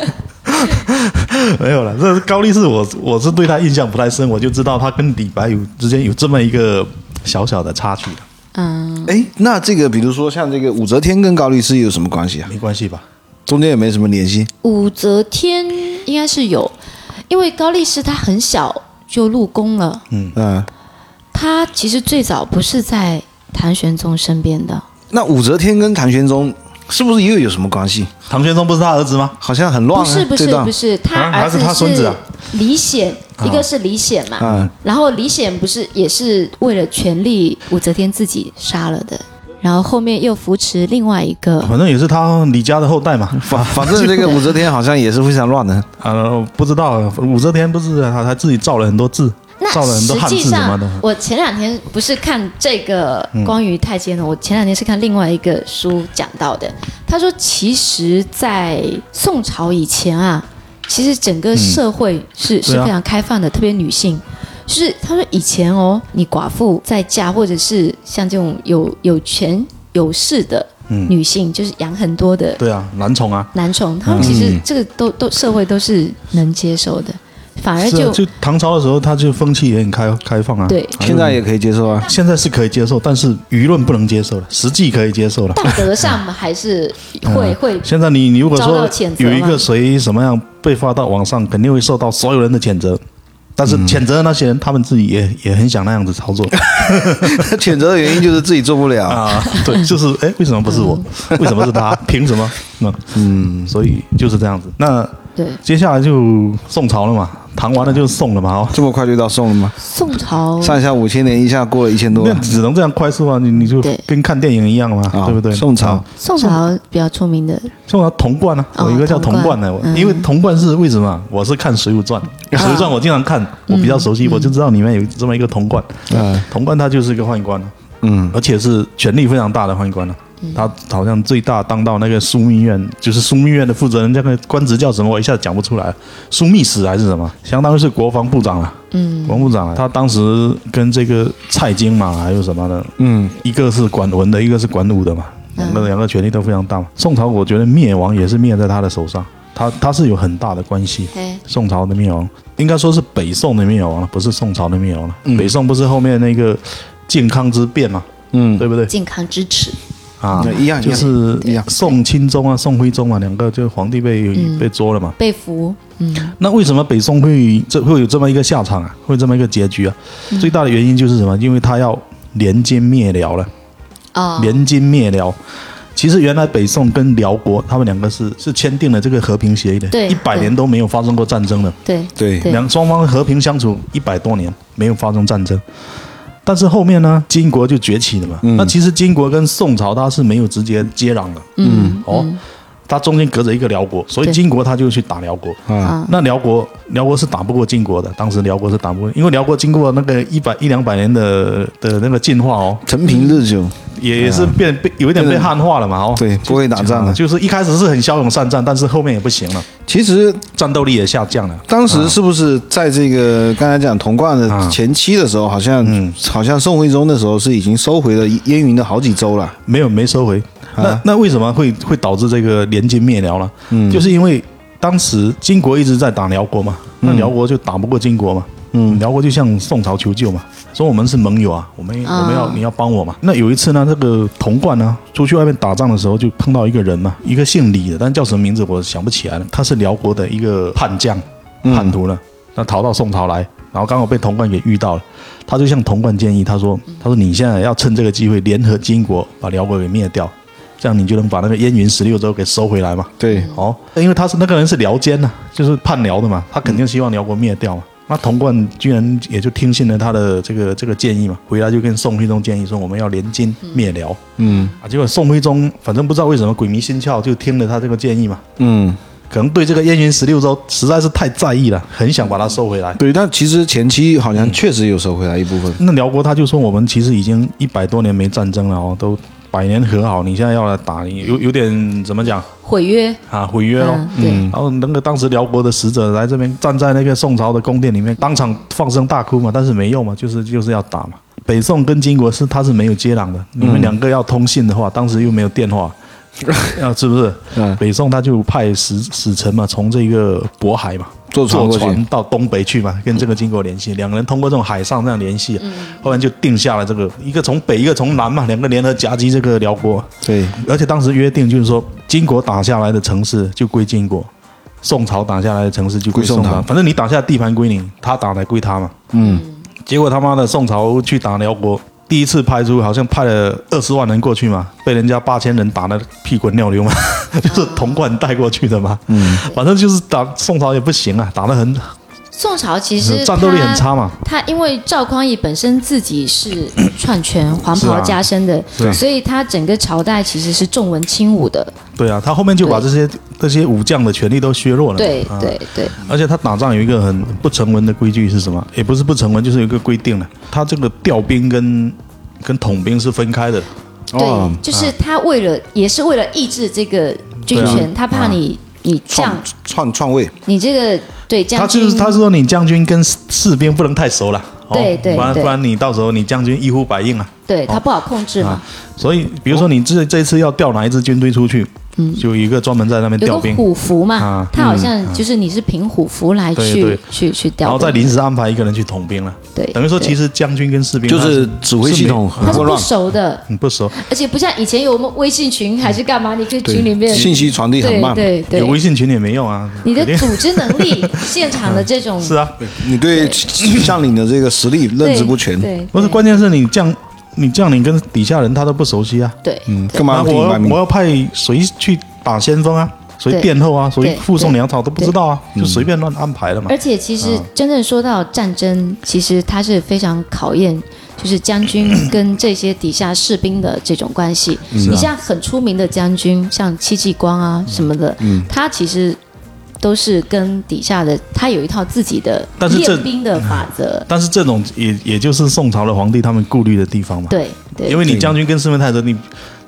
S1: 没有了。这是高力士我，我是对他印象不太深，我就知道他跟李白有之间有这么一个小小的插曲的，
S3: 嗯，
S2: 哎，那这个比如说像这个武则天跟高力士有什么关系啊？
S1: 没关系吧？
S2: 中间也没什么联系。
S3: 武则天应该是有，因为高力士他很小就入宫了，
S2: 嗯，
S3: 他其实最早不是在谭玄宗身边的，
S2: 那武则天跟唐玄宗是不是又有什么关系？
S1: 唐玄宗不是他儿子吗？
S2: 好像很乱、
S3: 不
S2: 啊，
S3: 是不
S2: 这
S3: 是
S2: 段
S3: 不是，他
S1: 啊
S3: 儿
S1: 还是
S3: 子
S1: 他孙子啊
S3: 李显，一个是李显嘛，
S2: 嗯
S3: 然后李显不是也是为了权力，武则天自己杀了的，然后后面又扶持另外一个，
S1: 反正也是他李家的后代嘛。
S2: 反啊反正这个武则天好像也是非常 乱的。
S1: 呃，不知道武则天不是他他自己造了很多字，
S3: 那
S1: 造了很
S3: 实
S1: 多汉
S3: 际
S1: 字什么
S3: 上
S1: 的，。嗯
S3: 我前两天不是看这个关于太监的，我前两天是看另外一个书讲到的。他说，其实，在宋朝以前啊，其实整个社会是、是
S1: 对啊
S3: 非常开放的，特别女性。就是他说以前哦，你寡妇在家，或者是像这种有有权有势的女性，就是养很多的
S1: 嗯对啊，男宠啊，
S3: 男宠，他们其实这个都、都社会都是能接受的，反而
S1: 是啊
S3: 哎就
S1: 就唐朝的时候，他就风气也很开开放啊。
S3: 对
S1: 还有
S2: 现在也可以接受啊，
S1: 现在是可以接受，但是舆论不能接受了，实际可以接受了。
S3: 道德上 还是
S1: 嗯
S3: 会会
S1: 现在你你如果
S3: 遭
S1: 说
S3: 到谴责
S1: 有一
S3: 吗
S1: 个谁什么样被发到网上，肯定会受到所有人的谴责。但是谴责的那些人，他们自己也也很想那样子操作
S2: 谴责的原因就是自己做不 了。
S1: 啊。对，就是哎，为什么不 是我？为什么是他？凭什么？嗯嗯，所以就是这样子。那
S3: 对
S1: 接下来就宋朝了嘛，唐完了就是宋了嘛，哦，
S2: 这么快就到宋了吗？
S3: 宋朝
S2: 上下五千年，一下过了一千多
S1: 那 只能这样快速啊，你你就
S3: 对
S1: 跟看电影一样嘛，
S2: 啊
S1: 对不对？
S2: 宋朝
S1: 啊
S3: 宋朝比较出名的
S1: 像我童贯啊，
S3: 哦
S1: 我有一个叫童贯的，
S3: 童
S1: 我
S3: 贯嗯啊
S1: 因为童贯是为什么啊？我是看《水浒传》，《水浒传》我经常看，我
S3: 嗯
S1: 比较熟悉，我就知道里面有这么一个童贯。
S2: 嗯
S1: 童贯他就是一个宦官，
S2: 嗯
S1: 而且是权力非常大的宦官了。啊
S3: 嗯
S1: 他好像最大当到那个枢密院，就是枢密院的负责人，那个官职叫什么？我一下子讲不出来，枢密使还是什么？相当于是国防部长了。嗯，国防部长啊，他当时跟这个蔡京嘛，还有什么的，
S2: 嗯，
S1: 一个是管文的，一个是管武的嘛，两个两个权力都非常大嘛。宋朝我觉得灭亡也是灭在他的手上，他他是有很大的关系。
S3: 哎
S1: 宋朝的灭亡应该说是北宋的灭亡了，不是宋朝的灭亡了。北宋不是后面那个靖康之变嘛，
S2: 嗯，
S1: 对不对？
S3: 健康支持，
S1: 啊，
S2: 一样
S1: 就
S2: 一样
S1: 是
S2: 一样嗯
S1: 宋钦宗啊、宋徽宗啊，两个就皇帝被被捉了嘛。
S3: 被俘，嗯，
S1: 那为什么北宋会这会有这么一个下场啊？会有这么一个结局啊？
S3: 嗯
S1: 最大的原因就是什么？因为他要联金灭辽了。
S3: 啊，
S1: 联金灭辽。其实原来北宋跟辽国，他们两个是是签订了这个和平协议的，
S3: 对
S1: 一百
S3: 对
S1: 年都没有发生过战争的，
S3: 对
S2: 对
S3: 对
S1: 两双方和平相处一百多年，没有发生战争。但是后面呢，金国就崛起了嘛。那其实金国跟宋朝它是没有直接接壤的，
S3: 嗯
S1: 哦，它中间隔着一个辽国，所以
S3: 对
S1: 金国他就去打辽国。
S2: 啊，
S1: 那辽国辽国是打不过晋国的，当时辽国是打不过，因为辽国经过那个一百一两百年的的那个进化哦，
S2: 陈平日久，
S3: 嗯
S1: 也也是变被有一点被汉化了嘛，哦，
S2: 啊对，不会打仗了。
S1: 就是一开始是很骁勇善战，但是后面也不行了，
S2: 其实
S1: 战斗力也下降了。
S2: 当
S3: 啊
S2: 时是不是在这个刚才讲童贯的前期的时候，好像
S3: 嗯
S2: 好像宋徽宗那时候是已经收回了燕云的好几州了。
S1: 没有没收回。那那为什么会会导致这个联金灭辽呢？嗯，就是因为当时金国一直在打辽国嘛，那辽国就打不过金国嘛。嗯，辽国就向宋朝求救嘛，说我们是盟友啊，我们我们要
S3: 啊
S1: 你要帮我嘛。那有一次呢，这个童贯呢出去外面打仗的时候，就碰到一个人嘛，一个姓李的，但叫什么名字我想不起来了。他是辽国的一个叛将，叛徒了，那逃到宋朝来，然后刚好被童贯给遇到了。他就向童贯建议，他说：“他说你现在要趁这个机会联合金国，把辽国给灭掉，这样你就能把那个燕云十六州给收回来嘛。
S2: 对，”
S1: 哦，因为他是那个人是辽奸呐、啊就是叛辽的嘛，他肯定希望辽国灭掉嘛。那童贯居然也就听信了他的这个这个建议嘛，回来就跟宋徽宗建议说我们要联金灭辽
S2: 嗯
S1: 啊。结果宋徽宗反正不知道为什么鬼迷心窍，就听了他这个建议嘛，
S2: 嗯，
S1: 可能对这个燕云十六州实在是太在意了，很想把它收回来。
S2: 对。但其实前期好像确实有收回来一部分。
S1: 那辽国他就说我们其实已经一百多年没战争了哦，都百年和好，你现在要来打，你有有点怎么讲
S3: 毁约，
S1: 啊？毁约咯。
S3: 嗯，对，
S1: 然后那个当时辽国的使者来这边，站在那个宋朝的宫殿里面，当场放声大哭嘛，但是没用嘛，就是就是要打嘛。北宋跟金国是他是没有接壤的，你们两个要通信的话，当时又没有电 话，啊，是不是？
S2: 嗯
S1: 北宋他就派使使臣嘛，从这个渤海嘛，
S2: 坐船过去
S1: 坐到东北去嘛，跟这个金国联系，两个人通过这种海上这样联系，
S2: 嗯
S1: 后来就定下了这个一个从北一个从南嘛，两个联合夹击这个辽国，
S2: 对，
S1: 而且当时约定就是说，金国打下来的城市就归金国，宋朝打下来的城市就归
S2: 归宋
S1: 宋朝，
S2: 朝
S1: 反正你打下地盘归你，他打来归他嘛。
S2: 嗯
S1: 结果他妈的宋朝去打辽国，第一次派出好像派了二十万人过去嘛，被人家八千人打的屁滚尿流嘛， 就是童贯带过去的嘛。嗯，反正就是打宋朝也不行啊，打得很
S3: 宋朝其实
S1: 嗯战斗力很
S3: 他
S1: 差嘛。
S3: 他因为赵匡胤本身自 己是篡权、黄
S1: 是啊
S3: 袍加身的，
S1: 对
S3: 所以他整个朝代其实是重文轻武的。
S1: 对啊，他后面就把这些这些武将的权力都削弱了。
S3: 对
S1: 啊
S3: 对对，
S1: 而且他打仗有一个很不成文的规矩是什么？也不是不成文，就是有一个规定了。他这个调兵跟跟统兵是分开的。
S2: 哦
S3: 对，就是他为了、也是为了抑制这个军
S1: 对啊嗯
S3: 权，他怕你、你将
S2: 篡篡篡位，
S3: 你这个对
S1: 他
S3: 将军，
S1: 就是他说你将军跟士兵不能太熟了，哦
S3: 对对
S1: 不然
S3: 对
S1: 不然你到时候你将军一呼百应啊。
S3: 对他不好控制
S1: 啊
S3: 嘛，
S1: 所以比如
S3: 哦
S1: 说你这这次要调哪一支军队出去，就有一个专门在那边调
S3: 嗯有个
S1: 兵，
S3: 虎符嘛，
S1: 啊
S3: 他好像就是你是凭虎符来
S1: 对
S3: 去、
S1: 对
S3: 去去
S1: 然
S3: 调
S1: 后
S3: 动的，
S1: 再临时安排一个人去统兵了。
S3: 对，
S1: 等于说
S3: 对
S1: 其实将军跟士兵
S2: 就
S1: 他
S2: 是指挥系统
S3: 他
S2: 很混
S3: 是不
S2: 乱，
S3: 熟的，
S1: 很不熟，
S3: 而且不像以前有我们微信群还是干嘛，你可以
S2: 对
S3: 群里面
S2: 信息传递很
S3: 对
S2: 慢。
S3: 对
S1: 有微
S3: 对，
S1: 信群也没用啊。
S3: 你的
S1: 肯定
S3: 组织能 力，现场的这种
S1: 是啊，
S2: 你对将领的这个实力认知不全，
S3: 对，
S1: 不是
S3: 对
S1: 关键是你将你将领跟底下人他都不熟悉啊。
S3: 对，
S2: 干嘛
S1: 那我
S2: 要听
S1: 要
S2: 外
S1: 我
S2: 面？
S1: 要派谁去打先锋啊？谁
S3: 对
S1: 殿后啊？谁
S3: 对哎
S1: 护送粮草都不知道啊，
S2: 对
S1: 就随便乱安排了嘛嗯
S3: 而。且其实真正说到战争，其实它是非常考验。就是将军 跟这些底下士兵的这种关系，
S1: 啊
S3: 你像很出名的将军，像戚继光啊
S1: 嗯
S3: 什么的，他其实都是跟底下的，他有一套自己的
S1: 但是这嗯
S3: 练兵的法则，
S1: 但是这种也也就是宋朝的皇帝他们顾虑的地方嘛，
S3: 对对
S1: 因为你将军跟士兵太熟，你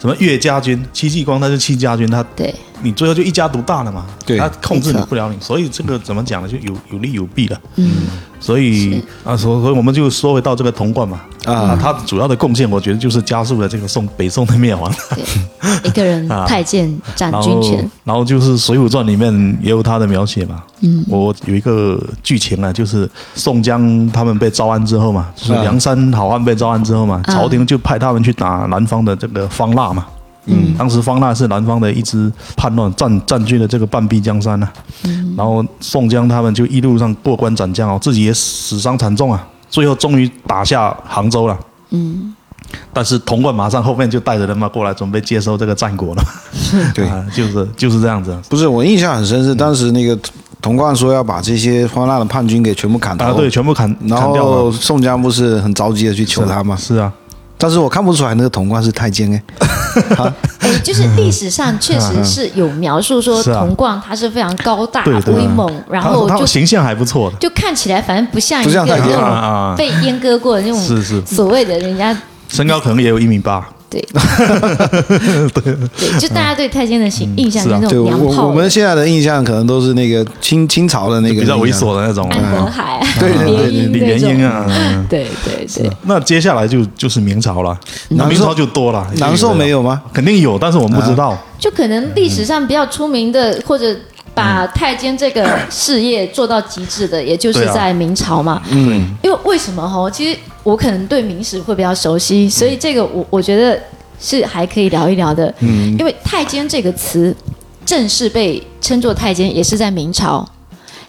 S1: 什么岳家军、戚继光他是戚家军，他
S3: 对
S1: 你最后就一家独大了嘛，
S2: 对
S1: 他控制
S3: 没
S1: 你
S3: 错
S1: 不了你，所以这个怎么讲呢？就有有利有弊了。嗯， 所以啊，所所以我们就说回到这个童贯嘛，
S2: 啊，
S1: 他主要的贡献，我觉得就是加速了这个宋北宋的灭亡。
S3: 对，一个人
S1: 啊
S3: 太监占
S1: 然
S3: 军
S1: 后
S3: 权，
S1: 然后就是《水浒传》里面也有他的描写嘛。嗯，我有一个剧情啊，就是宋江他们被招安之后嘛，就是
S2: 啊
S1: 梁山好汉被招安之后嘛，
S3: 啊
S1: 朝廷就派他们去打南方的这个方腊嘛。嗯，当时方腊是南方的一支叛乱，占占据了这个半壁江山啊。嗯，然后宋江他们就一路上过关斩将哦，自己也死伤惨重啊，最后终于打下杭州了。嗯，但是童贯马上后面就带着人马过来，准备接收这个战果了。
S2: 对，
S1: 啊，就是就是这样子
S2: 不是我印象很深
S1: 嗯
S2: 是当时那个童贯说要把这些方腊的叛军给全部砍
S1: 啊，
S2: 头，
S1: 对，全部砍
S2: 然
S1: 砍掉
S2: 后
S1: 了。
S2: 宋江不是很着急的去求他吗？
S1: 是啊，
S2: 但是我看不出来那个童贯是太监哎，
S3: 哎，就是历史上 确实是有描述说
S1: 啊是啊
S3: 童贯他是非常高大
S1: 对对
S3: 威猛，然后
S1: 他他
S3: 就
S1: 形象还不错的，
S3: 就看起来反正不像一
S2: 不
S3: 个
S2: 像太
S3: 那
S2: 监
S1: 啊
S3: 种
S1: 啊，
S3: 被阉割过的那种
S1: 是是，
S3: 所谓的人家
S1: 身高可能也有一米八，
S3: 对对，就大家对太监的
S2: 嗯
S3: 形印象
S1: 是
S3: 是
S1: 啊
S3: 那
S2: 对
S3: 种
S2: 我
S3: 娘
S2: 我
S3: 炮
S2: 我们现在的印象可能都是那个清清朝的那个
S1: 比较猥
S2: 印象
S1: 琐的那种啊，
S3: 安德海、
S2: 对对对
S3: 联
S1: 李
S3: 姻
S1: 元
S3: 那
S1: 英
S3: 种，
S1: 啊。嗯
S3: 对对对，
S1: 那接下来就就是明朝了，那
S2: 南
S1: 明
S2: 宋
S1: 朝就多了，
S2: 南宋没
S1: 有，
S2: 有吗？
S1: 肯定有，但是我们不知道。
S3: 就可能历史上比较出名的或者。把太监这个事业做到极致的，也就是
S1: 嗯对啊
S3: 在明朝嘛。
S2: 嗯，
S3: 因为为什么哈？其实我可能对明史会比较熟悉，
S1: 嗯
S3: 所以这个我我觉得是还可以聊一聊的。嗯，因为太监这个词正式被称作太监，也是在明朝。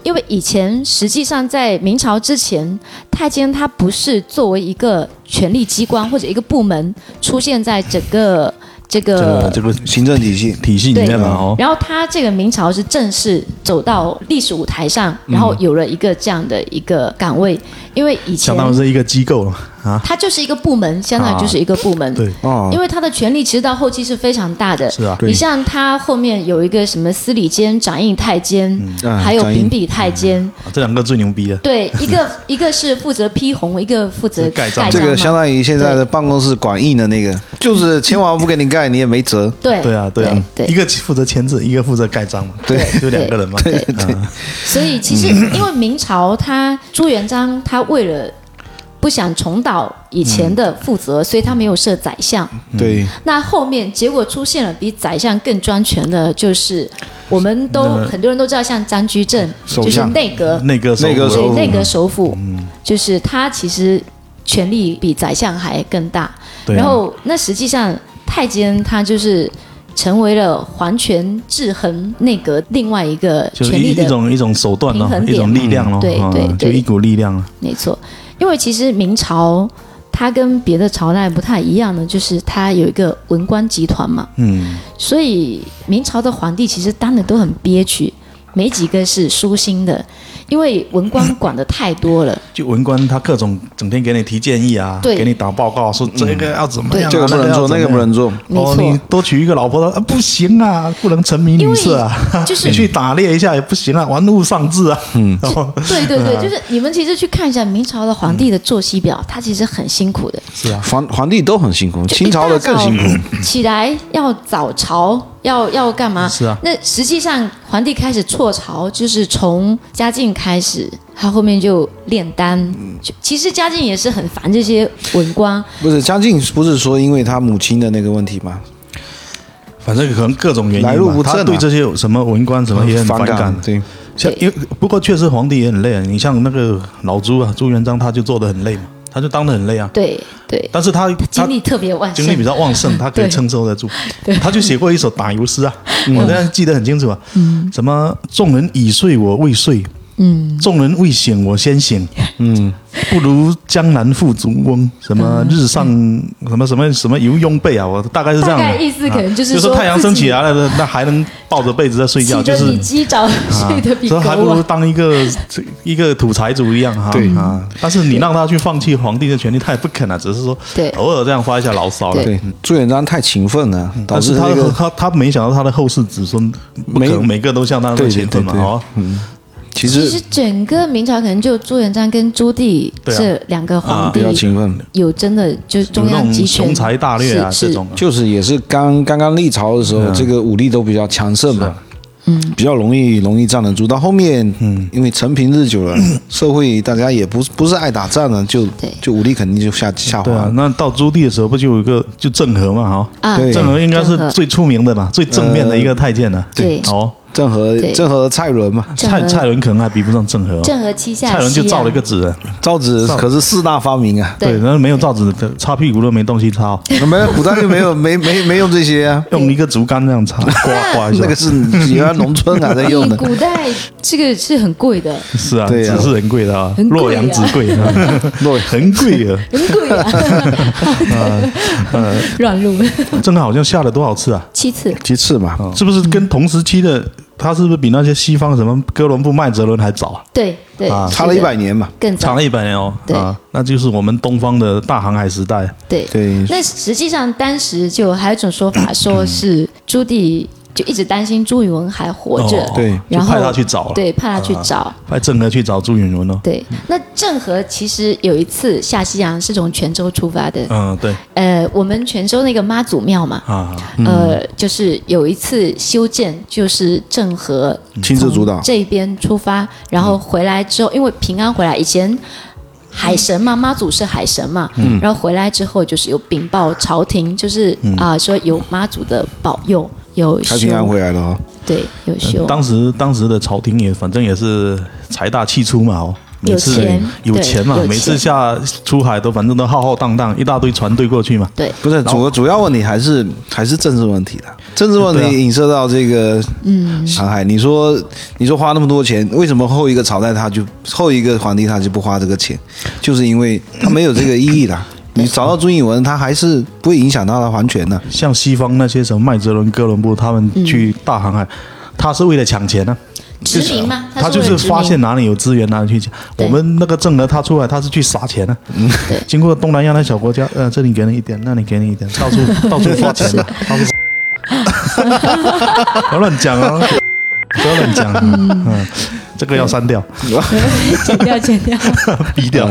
S3: 因为以前实际上在明朝之前，太监它不是作为一个权力机关或者一个部门出现在整个这
S1: 这
S3: 个
S1: 个这个
S2: 行政体系
S1: 体系里
S3: 对
S1: 面嘛，哦，
S3: 然后他这个明朝是正式走到历史舞台上，然后有了一个这样的一个岗位，因为以前
S1: 相当于是一个机构了啊。
S3: 它就是一个部门，相当于就是一个部门。
S1: 对，
S2: 哦
S3: 因，为他的权力其实到后期是非常大的，
S1: 是啊对
S3: 你像他后面有一个什么司礼监、掌印太监，
S2: 嗯
S3: 还有
S2: 掌印
S3: 秉笔太监，
S1: 啊这两个最牛逼的，
S3: 对，一个一个是负责批红，一个负责
S1: 是盖章
S3: 嘛
S2: 这个相当于现在的办公室管印的那个，就是签完不给你盖，你也没辙。
S3: 对
S1: 对啊，对啊，
S3: 对
S1: 一个负责签字，一个负责盖章嘛，
S2: 对
S1: 就两个人嘛，啊
S3: 对
S1: 对，
S3: 所以其实
S1: 嗯
S3: 因为明朝他朱元璋他为了不想重蹈以前的覆辙，所以他没有设宰相。
S1: 嗯
S2: 对，
S3: 那后面结果出现了比宰相更专权的，就是我们都
S1: 那
S3: 很多人都知道，像张居正
S2: 首
S3: 就是
S2: 相
S3: 内阁，
S1: 那个
S2: 那个
S1: 时
S2: 时
S3: 对
S1: 候
S2: 候首
S3: 内阁首辅，
S1: 嗯
S3: 就是他其实权力比宰相还更大。
S1: 对啊
S3: 然后那实际上太监他就是成为了皇权制衡内阁另外一个
S1: 就是
S3: 权
S1: 一
S3: 力
S1: 一
S3: 的
S1: 种一种手段
S3: 平
S1: 咯，
S3: 衡
S1: 一
S3: 点嗯
S1: 种力量咯，
S3: 对
S1: 啊
S3: 对
S1: 就
S3: 对
S1: 一股力量啊。
S3: 没错，因为其实明朝它跟别的朝代不太一样呢，就是它有一个文官集团嘛，
S1: 嗯，
S3: 所以明朝的皇帝其实当的都很憋屈，没几个是舒心的，因为文官管的太多了。
S1: 就文官他各种整天给你提建议啊，
S3: 对
S1: 给你打报告说这个要怎么样啊，
S2: 这个不能做，那个不能
S1: 做。
S2: 做。
S3: 没
S1: 哦，
S3: 错
S1: 你多娶一个老婆，啊、不行啊，不能沉迷女色啊，
S3: 就是
S1: 你去打猎一下也不行啊，玩物丧志啊。嗯，然后
S3: 对对对，就是你们其实去看一下明朝的皇帝的作息表，他其实很辛苦的。
S1: 是啊，
S2: 皇皇帝都很辛苦，清朝的更辛苦。
S3: 苦，起来要早朝，要要干嘛？
S1: 是啊
S3: 那实际上皇帝开始辍朝，就是从嘉靖开始，他后面就炼丹。
S1: 嗯
S3: 就其实嘉靖也是很烦这些文官，
S2: 不是嘉靖，不是说因为他母亲的那个问题吗？
S1: 反正可能各种原因吧，
S2: 来路不正啊
S1: 他对这些有什么文官什么也很
S2: 呃反
S1: 反感。啊
S2: 对，
S1: 像因为不过确实皇帝也很累啊，你像那个老朱啊，朱元璋他就做的很累嘛，他就当的很累啊，
S3: 对对，
S1: 但是他他
S3: 精力特别旺盛
S1: 精力比。较旺盛，他可以承受得住。他就写过一首打油诗啊，
S3: 嗯
S1: 我现在记得很清楚啊。什么众人已睡我未睡，嗯，众人未醒我先 醒，嗯，不如江南富足翁。什
S3: 嗯
S1: 么日上什么什么什么游拥被啊，我大概是这样的。
S3: 大概意思可能就是
S1: 啊
S3: 说
S1: 太阳升
S3: 自己
S1: 起来了，那还能抱着被子在睡觉，
S3: 起
S1: 就
S3: 得
S1: 是啊
S3: 比鸡早，睡得比狗
S1: 所以还不如
S3: 晚。
S1: 当一个一个土财主一样哈。
S2: 对
S1: 啊，但是你让他去放弃皇帝的权利，他也不肯啊，只是说
S3: 对
S1: 偶尔这样发一下牢骚了。
S3: 对
S2: 对，朱元璋太勤奋了，导
S1: 嗯但
S2: 致
S1: 是他
S2: 那
S1: 的
S2: 个
S1: 他他没想到他的后世子孙不可
S2: 没
S1: 能每个都像他那么
S2: 对
S1: 勤奋嘛
S2: 对对对
S1: 哦，
S2: 其
S3: 其实
S2: 实
S3: 整个明朝可能就朱元璋跟朱棣
S1: 对啊
S3: 这两个皇
S1: 啊
S3: 帝
S2: 比较勤奋，
S3: 有真的就是
S1: 有
S3: 中
S1: 那
S3: 央
S1: 种
S3: 集权
S1: 雄才大略啊这
S3: 是是
S1: 种啊，
S2: 就是也是刚刚刚立朝的时
S1: 嗯
S2: 候，这个武力都比较强盛嘛，嗯，比较容易容易站得住。到后面，嗯，因为陈平日久了，社会大家也不不是爱打仗了，就
S3: 嗯对
S2: 就武力肯定就下下滑
S1: 对啊
S2: 了。，
S1: 那到朱棣的时候不就有一个就郑和嘛哈。
S3: 啊，
S2: 对
S1: 郑和应该是
S3: 郑和
S1: 最出名的吧，最正面的一个太监了。
S3: 对对
S1: 哦，
S2: 郑和
S3: 对
S2: 郑和蔡伦嘛，
S3: 郑
S1: 蔡
S3: 和
S1: 蔡伦可能还比不上郑和哦，
S3: 郑和七啊下西
S1: 蔡
S3: 洋，
S1: 伦就造了一个纸人，啊
S2: 造纸可是四大发明啊，
S1: 对，
S3: 对哎
S1: 然后没有造纸的，擦屁股都没东西擦 哦。
S2: 没有古代就没有没没没用这些啊，
S1: 用一个竹竿这样插刮刮一下，
S2: 那个是原来农村啊在用 的。
S3: 古代这个是很贵的，
S1: 是啊，
S2: 对啊
S1: 只是很贵的啊，
S3: 很贵啊
S1: 洛阳纸贵，洛很贵啊。
S3: 很贵啊。乱入
S1: 郑和好像下了多少次啊？
S3: 七次，
S2: 其次嘛，
S1: 是不是跟同时期的他是不是比那些西方什么哥伦布、麦哲伦还早啊？
S3: 对对，
S2: 差了一
S3: 是的
S2: 百，年嘛。
S3: 更
S1: 长
S3: 早
S1: 了。一百年哦，
S3: 对
S1: 啊，那就是我们东方的大航海时代。
S3: 对，
S2: 对，
S3: 那实际上当时就还有一种说法，说是朱棣就一直担心朱允炆还活着
S1: 哦，
S2: 对
S1: 就
S3: 然后
S1: 派他去找了，
S3: 对，派他去找。
S1: 派郑和去找朱允炆哦。
S3: 对，那郑和其实有一次下西洋是从泉州出发的，
S1: 嗯，对
S3: 呃，我们泉州那个妈祖庙嘛，
S1: 啊，
S3: 呃，就是有一次修建，就是郑和
S1: 嗯
S2: 亲自主导
S1: 啊
S3: 从这边出发，然后回来之后，因为平安回来，以前海神嘛，妈祖是海神嘛，
S1: 嗯
S3: 然后回来之后就是有禀报朝廷，就是啊、说有妈祖的保佑，有
S2: 太
S3: 修
S2: 平安回来了哦。
S3: 对有修，
S1: 呃当时当时的朝廷也反正也是财大气粗嘛哦。每
S3: 有
S1: 次
S3: 钱
S1: 有
S3: 对
S1: 钱嘛
S3: 有，钱
S1: 每次下出海都反正都浩浩荡荡，一大堆船队过去嘛。
S3: 对
S2: 不是主主要问题还是还是政治问题的，政治问
S1: 对啊
S2: 题影射到这个嗯航海。你说你说花那么多钱，为什么后一个朝代他就后一个皇帝他就不花这个钱？就是因为他没有这个意 义的。你找到朱允炆，他还是不会影响到他的皇权的。
S1: 像西方那些什么麦哲伦、哥伦布他
S3: 嗯
S1: 们去大航海，他是为了抢钱呢、啊
S3: 殖民嘛，
S1: 他
S3: 是
S1: 就
S3: 为
S1: 是
S3: 了殖
S1: 发
S3: 民
S1: 现哪里有资源哪里去抢。
S3: 对
S1: 我们那个郑和他出来，他是去撒钱呢、
S3: 对
S1: 经过东南亚那小国家，呃，这里给你一点，那里给你一 点，到处到处花钱的、到处。 不要乱讲啊！不要乱讲、啊，嗯，这个要删 掉。
S3: 剪掉 剪掉，
S1: 逼掉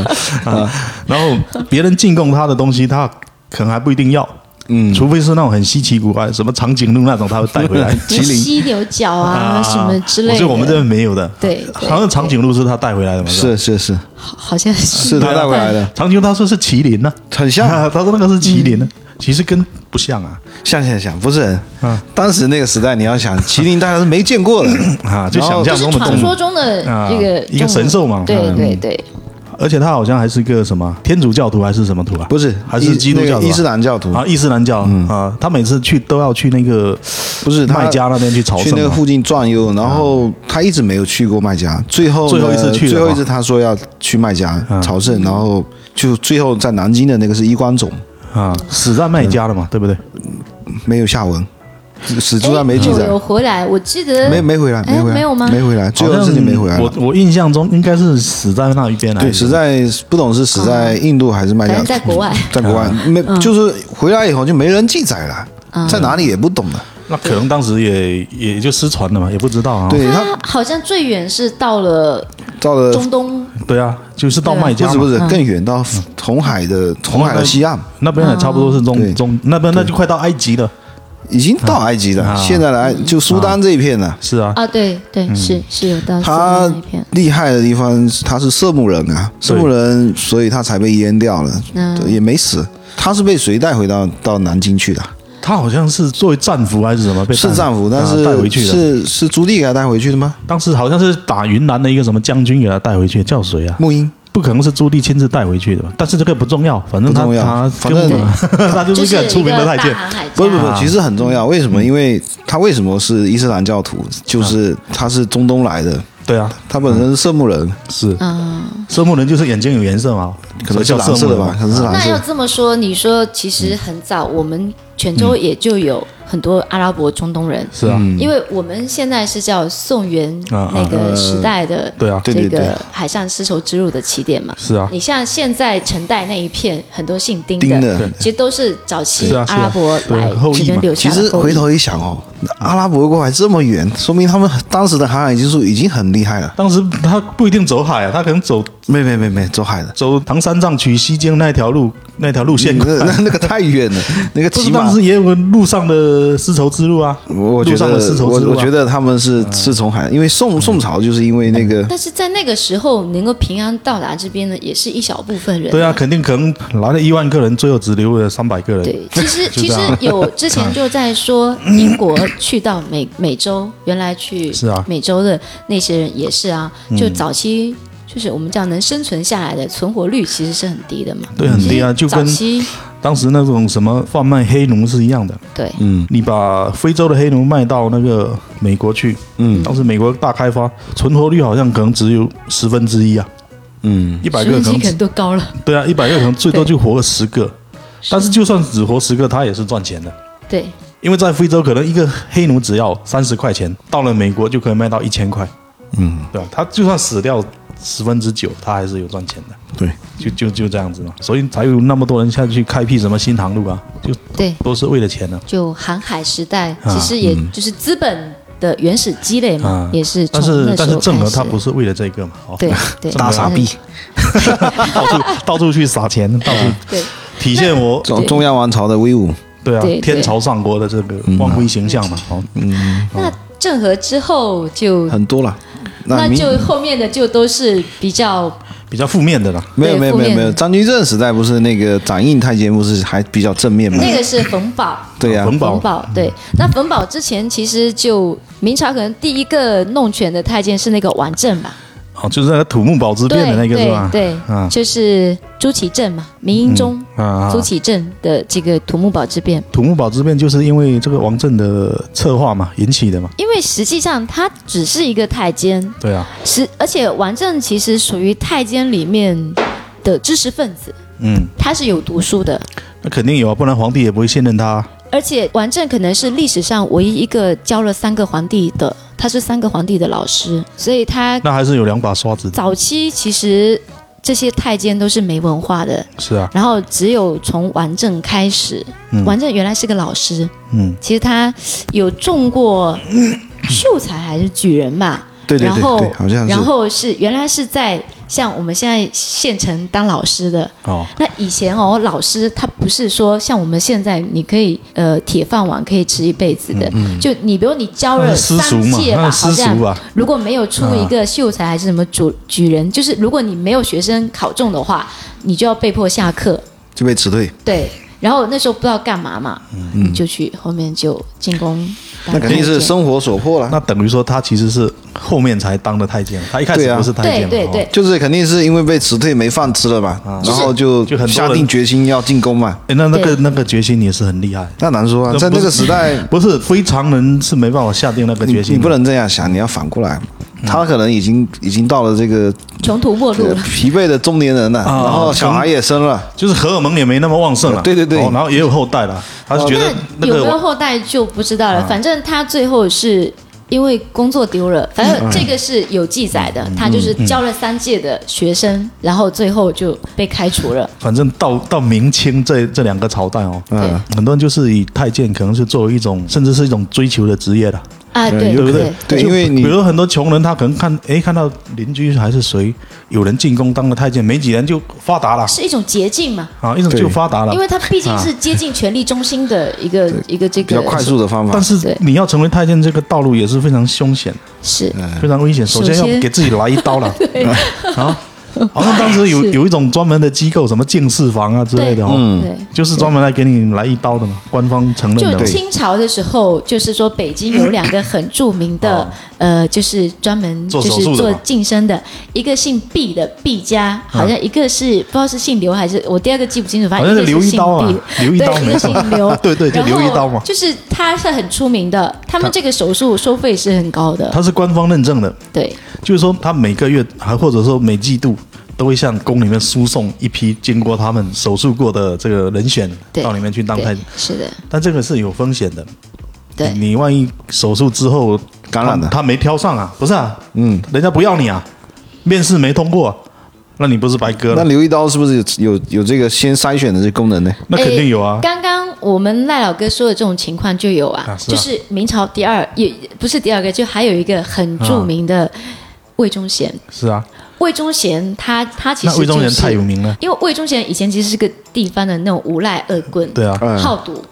S1: 啊。然后别人进贡他的东西，他可能还不一定要，嗯，除非是那种很稀奇古怪，什么长颈鹿那种，他会带 回来。
S3: 什么 犀牛角啊什么之类
S1: 我
S3: 的，
S1: 觉得我们这边没有的。
S3: 对对
S1: 好像长颈鹿是他带回来的嘛。吧
S2: 是是是，
S3: 好好像是
S2: 是他带回来的，
S1: 长颈鹿他说是麒麟呢，啊
S2: 很像
S1: 他说那个是麒麟呢，其实跟不像啊
S2: 像像像，不是很
S1: 啊。
S2: 当时那个时代，你要想麒麟，大家是没见过的。
S1: 啊，就
S2: 然
S1: 想
S2: 后
S1: 象
S3: 就是
S1: 中的
S3: 传
S1: 动
S3: 说
S1: 物。
S3: 中的
S1: 啊
S3: 这个
S1: 一个神兽嘛
S3: 对
S1: 嗯
S3: 对对，
S1: 而且他好像还是一个什么天主教徒还是什么徒啊？
S2: 不是，
S1: 还是基督教徒啊
S2: 那个伊斯兰教徒
S1: 啊，伊斯兰教啊，他每次去都要去那个
S2: 不是他
S1: 麦加那边去朝
S2: 去
S1: 圣
S2: 那个
S1: 嘛
S2: 附近转悠，然后他一直没有去过麦加，最后呢
S1: 啊最后一次去了啊
S2: 最后
S1: 吧
S2: 一次他说要去麦加朝圣，然后就最后在南京的那个是衣冠冢，
S1: 啊，死在麦加了
S2: 嗯
S1: 嘛，对不对？
S2: 没有下文，史
S3: 哎
S2: 书上没记
S3: 有
S2: 载，
S3: 有回来，我记得
S2: 没没回来，
S3: 哎
S2: 没回来，
S3: 没有吗
S2: 没回来，最后
S1: 好像
S2: 事情没回来
S1: 我
S2: 了。
S1: 我印象中应该是死在那一边啊来的，
S2: 对，死在不懂是死在印度还是麦
S3: 反
S2: 加
S3: 啊正，在国外，嗯
S2: 在国外
S1: 啊
S2: 没，就是回来以后就没人记载了，在哪里也不懂了。
S1: 那可能当时也也就失传了嘛，也不知道啊。
S2: 对
S3: 他
S2: 他
S3: 好像最远是到了
S2: 到
S1: 呃
S2: 了
S3: 中嗯东，
S1: 对啊，就是到麦
S2: 不
S1: 加嘛
S2: 是不是更远到
S1: 嗯
S2: 红海的红海的西岸，
S1: 那边也差不多是
S2: 啊对
S1: 中中那边那就快到埃及了。
S2: 已经到埃及
S1: 啊
S2: 了，现在来
S3: 嗯
S2: 就苏丹这一片了。
S1: 是啊，
S3: 啊，对对，是是有到苏
S2: 他
S3: 丹那片，
S2: 厉害的地方，他是色目人啊，色目人，所以他才被淹掉了，
S3: 嗯
S2: 对也没死。他是被谁带回到到南京去的？
S1: 他好像是作为战俘还是什么被
S2: 是
S1: 带
S2: 战俘，
S1: 啊
S2: 但是
S1: 带回去的。
S2: 是是朱棣给他带回去的吗？
S1: 当时好像是打云南的一个什么将军给他带回去，叫谁啊？
S2: 沐英
S1: 不可能是朱棣亲自带回去的吧？但是这个不重要，反正
S2: 不
S1: 他
S2: 重要
S1: 他
S2: 反正
S1: 根 本 他就是
S3: 就
S1: 一
S3: 是
S1: 个很出名的太
S3: 一个
S1: 监
S3: 大。航海家
S2: 不是不
S1: 啊
S2: 是不是，其实很重要。为什
S1: 嗯
S2: 么？因为他为什么是伊斯兰教徒？就是他是中东来的，
S1: 对啊，
S2: 他本身是色目人，
S1: 是
S3: 嗯，
S1: 色目人就是眼睛有颜色嘛，
S2: 可
S1: 所以
S2: 能是
S1: 叫
S2: 蓝色
S1: 色
S2: 的
S1: 目
S2: 吧，可
S1: 人
S2: 能是蓝
S3: 那
S2: 色
S3: 要
S2: 的。
S3: 这么说，你说其
S1: 嗯
S3: 实很早，我们泉州也就有很多阿拉伯、中东人，
S1: 是啊，
S2: 嗯
S3: 因为我们现在是叫宋元
S1: 啊
S3: 那个时代的
S1: 对啊，
S2: 对
S3: 这
S2: 对对
S3: 个海上丝绸之路的起点嘛。
S1: 是啊，
S3: 你像现在成代那一片，很多姓丁
S2: 丁的
S3: 其实都是早期
S1: 是啊是
S3: 阿
S1: 啊
S3: 拉伯
S1: 对
S3: 来
S1: 后裔
S3: 这边
S1: 嘛
S3: 留
S2: 其
S3: 下的
S2: 实
S3: 后裔
S2: 回头一想哦，阿拉伯过来这么远，说明他们当时的航海技术已经很厉害了。
S1: 当时他不一定走海啊，他可能走
S2: 没没没没，走海的。
S1: 走唐三藏取西经那条路那条路线
S2: 那那那个太 远了，那个
S1: 不
S2: 起
S1: 是
S2: 码
S1: 当时也有个路上的丝绸之路啊，
S2: 我觉
S1: 路上
S2: 得
S1: 的丝绸
S2: 我
S1: 之路、啊
S2: 我觉得他们是是从海，因为宋宋朝就是因为那个
S3: 但是在那个时候能够平安到达这边的，也是一小部分人。
S1: 对啊，肯定可能来了一万个人，最后只留了三百个人。
S3: 对，其实
S1: 就
S3: 其
S1: 这
S3: 实
S1: 样
S3: 有 之前就在说，英国去到美美洲，原来去
S1: 是啊嗯
S3: 美洲的那些人也是啊，就早期就是我们讲能生存下来的存活率其实是很低的嘛，
S1: 对很低啊
S3: 其实
S1: 就跟
S3: 早期
S1: 当时那种什么贩卖黑奴是一样的，
S3: 对
S1: 你把非洲的黑奴卖到那个美国去，嗯，当时美国大开发，存活率好像可能只有十分之一啊，嗯，一百
S3: 十
S1: 个可
S3: 分之一
S1: 能
S3: 可能都高了，
S1: 对啊，一百个可能最多就活个十个， 但是就算只活十个，他也是赚钱的。
S3: 对，
S1: 因为在非洲，可能一个黑奴只要三十块钱，到了美国就可以卖到一千块，嗯，对吧？他就算死掉十分之九，他还是有赚钱的，
S2: 对
S1: 就就就这样子嘛。所以才有那么多人下去开辟什么新航路啊，就
S3: 对
S1: 都是为了钱呢、
S3: 就航海时代，
S1: 啊
S3: 其实也就是资本的原始积累嘛
S1: 啊，
S3: 也是从
S1: 但
S3: 那
S1: 是但
S3: 时
S1: 是
S3: 候
S1: 郑
S3: 开
S1: 和
S3: 始
S1: 他不是为了这个嘛，哦，
S3: 对 对
S2: 大傻逼，
S1: 到处到处去撒钱，到处
S3: 对
S1: 体现我
S2: 中中央王朝的威武。
S1: 对啊
S3: 对对
S1: 天朝上国的这个光辉形象嘛，哦，
S3: 那郑和之后就
S2: 很多了。
S3: 那
S2: 明
S3: 就后面的就都是 比较
S1: 比较负面的啦。
S2: 没有没有没
S3: 对
S2: 有
S3: 负面
S2: 没有，张居正时代不是那个掌印太监，不是还比较正面吗？
S3: 那个是冯宝，
S2: 对呀、
S1: 冯宝
S3: 冯宝对。那冯宝之前其实就明朝可能第一个弄权的太监是那个王振吧，
S1: 哦，就是那个土木堡之变
S3: 对
S1: 的那个是吧？
S3: 对对，
S1: 啊
S3: 就是朱祁镇嘛，明英宗
S1: 啊啊，
S3: 朱祁镇的这个土木堡之变。
S1: 土木堡之变就是因为这个王振的策划嘛引起的嘛。
S3: 因为实际上他只是一个太监，
S1: 对啊，
S3: 实而且王振其实属于太监里面的知识分子，
S1: 嗯，
S3: 他是有读书的，
S1: 那肯定有啊，不然皇帝也不会信任他啊。
S3: 而且王振可能是历史上唯一一个教了三个皇帝的，他是三个皇帝的老师，所以他
S1: 那还是有两把刷子。
S3: 早期其实这些太监都是没文化的，
S1: 是啊，
S3: 然后只有从王振开始，
S1: 嗯
S3: 王振原来是个老师，
S1: 嗯，
S3: 其实他有中过秀才还是举人吧，
S2: 对对
S3: 然
S2: 对
S3: 后
S2: 对，好像是
S3: 然后是原来是在像我们现在县城当老师的，
S1: 哦，
S3: 那以前哦，老师他不是说像我们现在你可以呃铁饭碗可以吃一辈子的，
S2: 嗯
S3: 就你比如你教
S1: 那
S3: 了
S1: 是私
S3: 三
S1: 塾嘛，
S3: 届
S1: 那
S3: 吧，
S1: 是
S3: 好
S1: 私塾啊
S2: 啊
S3: 像
S1: 吧。
S3: 如果没有出一个秀才还是什么举举人，就是如果你没有学生考中的话，你就要被迫下课。
S2: 就被辞退。
S3: 对，然后那时候不知道干嘛嘛，就去后面就进宫
S2: 嗯那
S3: 当太监。
S2: 肯定是生活所迫了。
S1: 那等于说他其实是后面才当的太监，他一开
S2: 对
S1: 始
S2: 啊
S1: 不是太监嘛，
S3: 对对对
S1: 哦
S2: 就是肯定是因为被辞退没饭吃了吧，然后就
S1: 啊就很多
S2: 下
S1: 人
S2: 定决心要进宫嘛。
S1: 哎诶那那个那个决心也是很厉害，
S2: 那难说啊，
S1: 那
S2: 在
S1: 不
S2: 那
S1: 是
S2: 个时代，
S1: 不是非常人是没办法下定那个
S2: 你
S1: 决心的，啊嗯
S2: 你不能这样想，你要反过来。他可能已经已经到了这个
S3: 穷途末路
S2: 呃
S3: 了。
S2: 疲惫的中年人了，
S1: 啊
S2: 然后小孩也生了，
S1: 就是荷尔蒙也没那么旺盛了，
S2: 对对对
S1: 哦然后也有后代了，他就觉得
S3: 哦
S1: 那
S3: 那有没有
S1: 个啊
S3: 后代就不知道了。反正他最后是因为工作丢了，反
S1: 嗯
S3: 正这个是有记载的。他就是教了三届的学生，
S1: 嗯
S3: 然后最后就被开除了。
S1: 反正到到明清这这两个朝代哦，
S3: 嗯
S1: 很多人就是以太监可能是作为一种甚至是一种追求的职业了，
S3: 啊，对
S1: 对不
S3: 对
S1: 对？
S2: 对
S1: 就
S2: 因为你
S1: 比如很多穷人，他可能看诶看到邻居还是谁有人进宫当了太监，没几年就发达了
S3: 是一种捷径嘛，
S1: 啊，一种
S2: 对
S1: 就发达了
S3: 因。为它毕竟是接近权力中心的一个一个这
S2: 比较
S3: 个，
S2: 快速的方法
S1: 但。是
S3: 对
S1: 你要成为太监，这个道路也是非常凶险、
S3: 是
S1: 非常危险。首先
S3: 首先
S1: 要给自己来一刀了 啊！好像当时有
S3: 是
S1: 有一种专门的机构，什么进士房啊之类的哦，
S3: 对。
S1: 就是专门来给你来一刀的嘛，官方承认的
S3: 就
S1: 嘛。
S3: 清朝的时候，就是说北京有两个很著名的，呃，就是专门就
S1: 哦做手
S3: 是
S1: 术的
S3: 做
S1: 嘛
S3: 晋升的，一个姓毕的毕家，好像一个是不知道是姓刘还是我第二个记不清楚，反
S1: 好
S3: 正
S1: 像
S3: 一
S1: 是
S3: 个
S1: 刘
S3: 是
S1: 一
S3: 姓
S1: 刀啊
S3: 毕，，
S1: 刘一刀
S3: 对，一
S1: 没
S3: 个
S1: 错
S3: 姓刘，，
S1: 对对，就
S3: 然
S1: 刘一刀
S3: 后
S1: 嘛，
S3: 就是他是很出名的，他们这个手术收费是很高的，
S1: 他是官方认证的，
S3: 对，
S1: 就是说他每个月还或者说每季度都会向宫里面输送一批经过他们手术过的这个人选
S3: 对
S1: 到里面去当太
S3: 对
S1: 监，，
S3: 是的，
S1: 但这个是有风险的，
S3: 对，
S1: 你万一手术之后
S2: 感染了
S1: 他他没挑上啊，不是啊，嗯，人家不要你啊，面试没通过，那你不是白割了？
S2: 那
S3: 哎
S2: 刘一刀是不是有有有这个先筛选的这功能呢？
S1: 那肯定有啊
S3: 诶，哎刚刚我们赖老哥说的这种情况就有啊，
S1: 啊是啊
S3: 就是明朝第二也不是第二个，就还有一个很著名
S1: 啊
S3: 的魏忠贤。
S1: 是啊，
S3: 魏忠贤他他其实、
S1: 那
S3: 就是、
S1: 魏忠贤太有名了，
S3: 因为魏忠贤以前其实是个地方的那种无赖恶棍，
S1: 对啊，
S2: 嗯
S3: 好赌，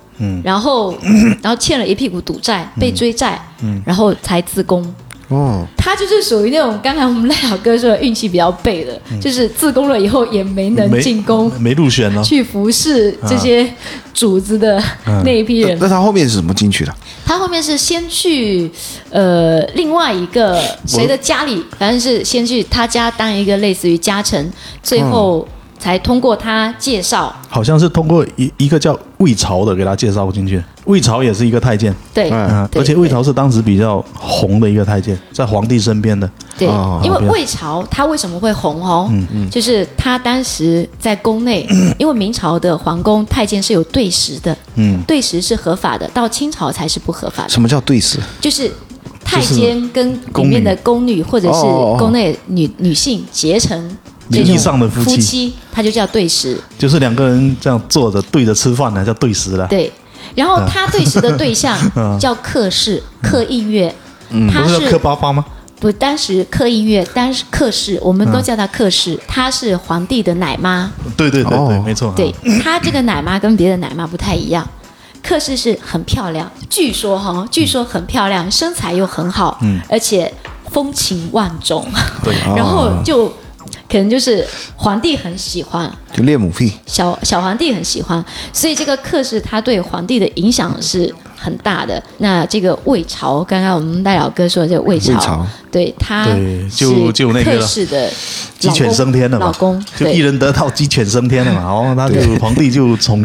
S3: 然后然后欠了一屁股赌债，
S1: 嗯
S3: 被追债，然后才自宫。
S2: 哦，
S3: 他就是属于那种刚才我们赖老哥说的运气比较背的，就是自宫了以后也没能
S1: 嗯没
S3: 进宫，
S1: 没入选呢，
S3: 去服侍这些主子的
S1: 啊
S3: 那一批
S1: 呃
S2: 那
S3: 人。
S2: 那他后面是怎么进去的？
S3: 他后面是先去呃另外一个谁的家里，反正是先去他家当一个类似于家臣，最
S1: 嗯
S3: 后才通过他介绍，
S1: 好像是通过一一个叫魏朝的给他介绍进去，魏朝也是一个太监，
S3: 对
S1: 嗯，
S3: 对
S1: 而且魏朝是当时比较红的一个太监，在皇帝身边的，
S3: 对
S2: 哦，
S3: 因
S1: 啊好嗯
S3: 为
S1: 变
S3: 魏朝他为什么会红哦？就是他当时在宫 内，因为明朝的皇宫太监是有对食的，
S1: 嗯，
S3: 对食是合法的，到清朝才是不合法的。
S2: 什么叫对视？
S3: 就是太监跟里
S1: 宫女
S3: 面的宫女或者是
S2: 哦哦哦
S3: 宫内女女性结成这
S1: 名
S3: 种
S1: 义上的夫
S3: 夫
S1: 妻
S3: 妻，他就叫对食。
S1: 就是两个人这样坐着对着吃饭呢，叫对食了。
S3: 对，然后他对食的 对象叫客氏、客应月，他
S1: 嗯不是叫
S3: 是
S1: 磕巴巴吗？
S3: 不当时客应月，当时客氏，我们都叫他客氏，她是皇帝的奶妈。
S1: 对对对对，
S2: 哦
S1: 没错。啊
S3: 对，她这个奶妈跟别的奶妈不太一样。克氏是很漂亮，据说
S1: 嗯
S3: 哈，据说很漂亮，身材又很好，而且风情万种，
S1: 对啊
S3: 然后就可能就是皇帝很喜欢，
S2: 就恋母癖。
S3: 小小皇帝很喜欢，所以这个克氏他对皇帝的影响是很大的。那这个魏朝，刚刚我们戴老哥说的这个魏朝，
S2: 魏朝
S3: 对他
S1: 对
S3: 是
S1: 就就那个
S3: 克
S1: 了
S3: 氏的
S1: 鸡犬升天了嘛，
S3: 老公，
S1: 就
S3: 对
S1: 一人得道，鸡犬升天 了嘛。然后他就皇帝就宠，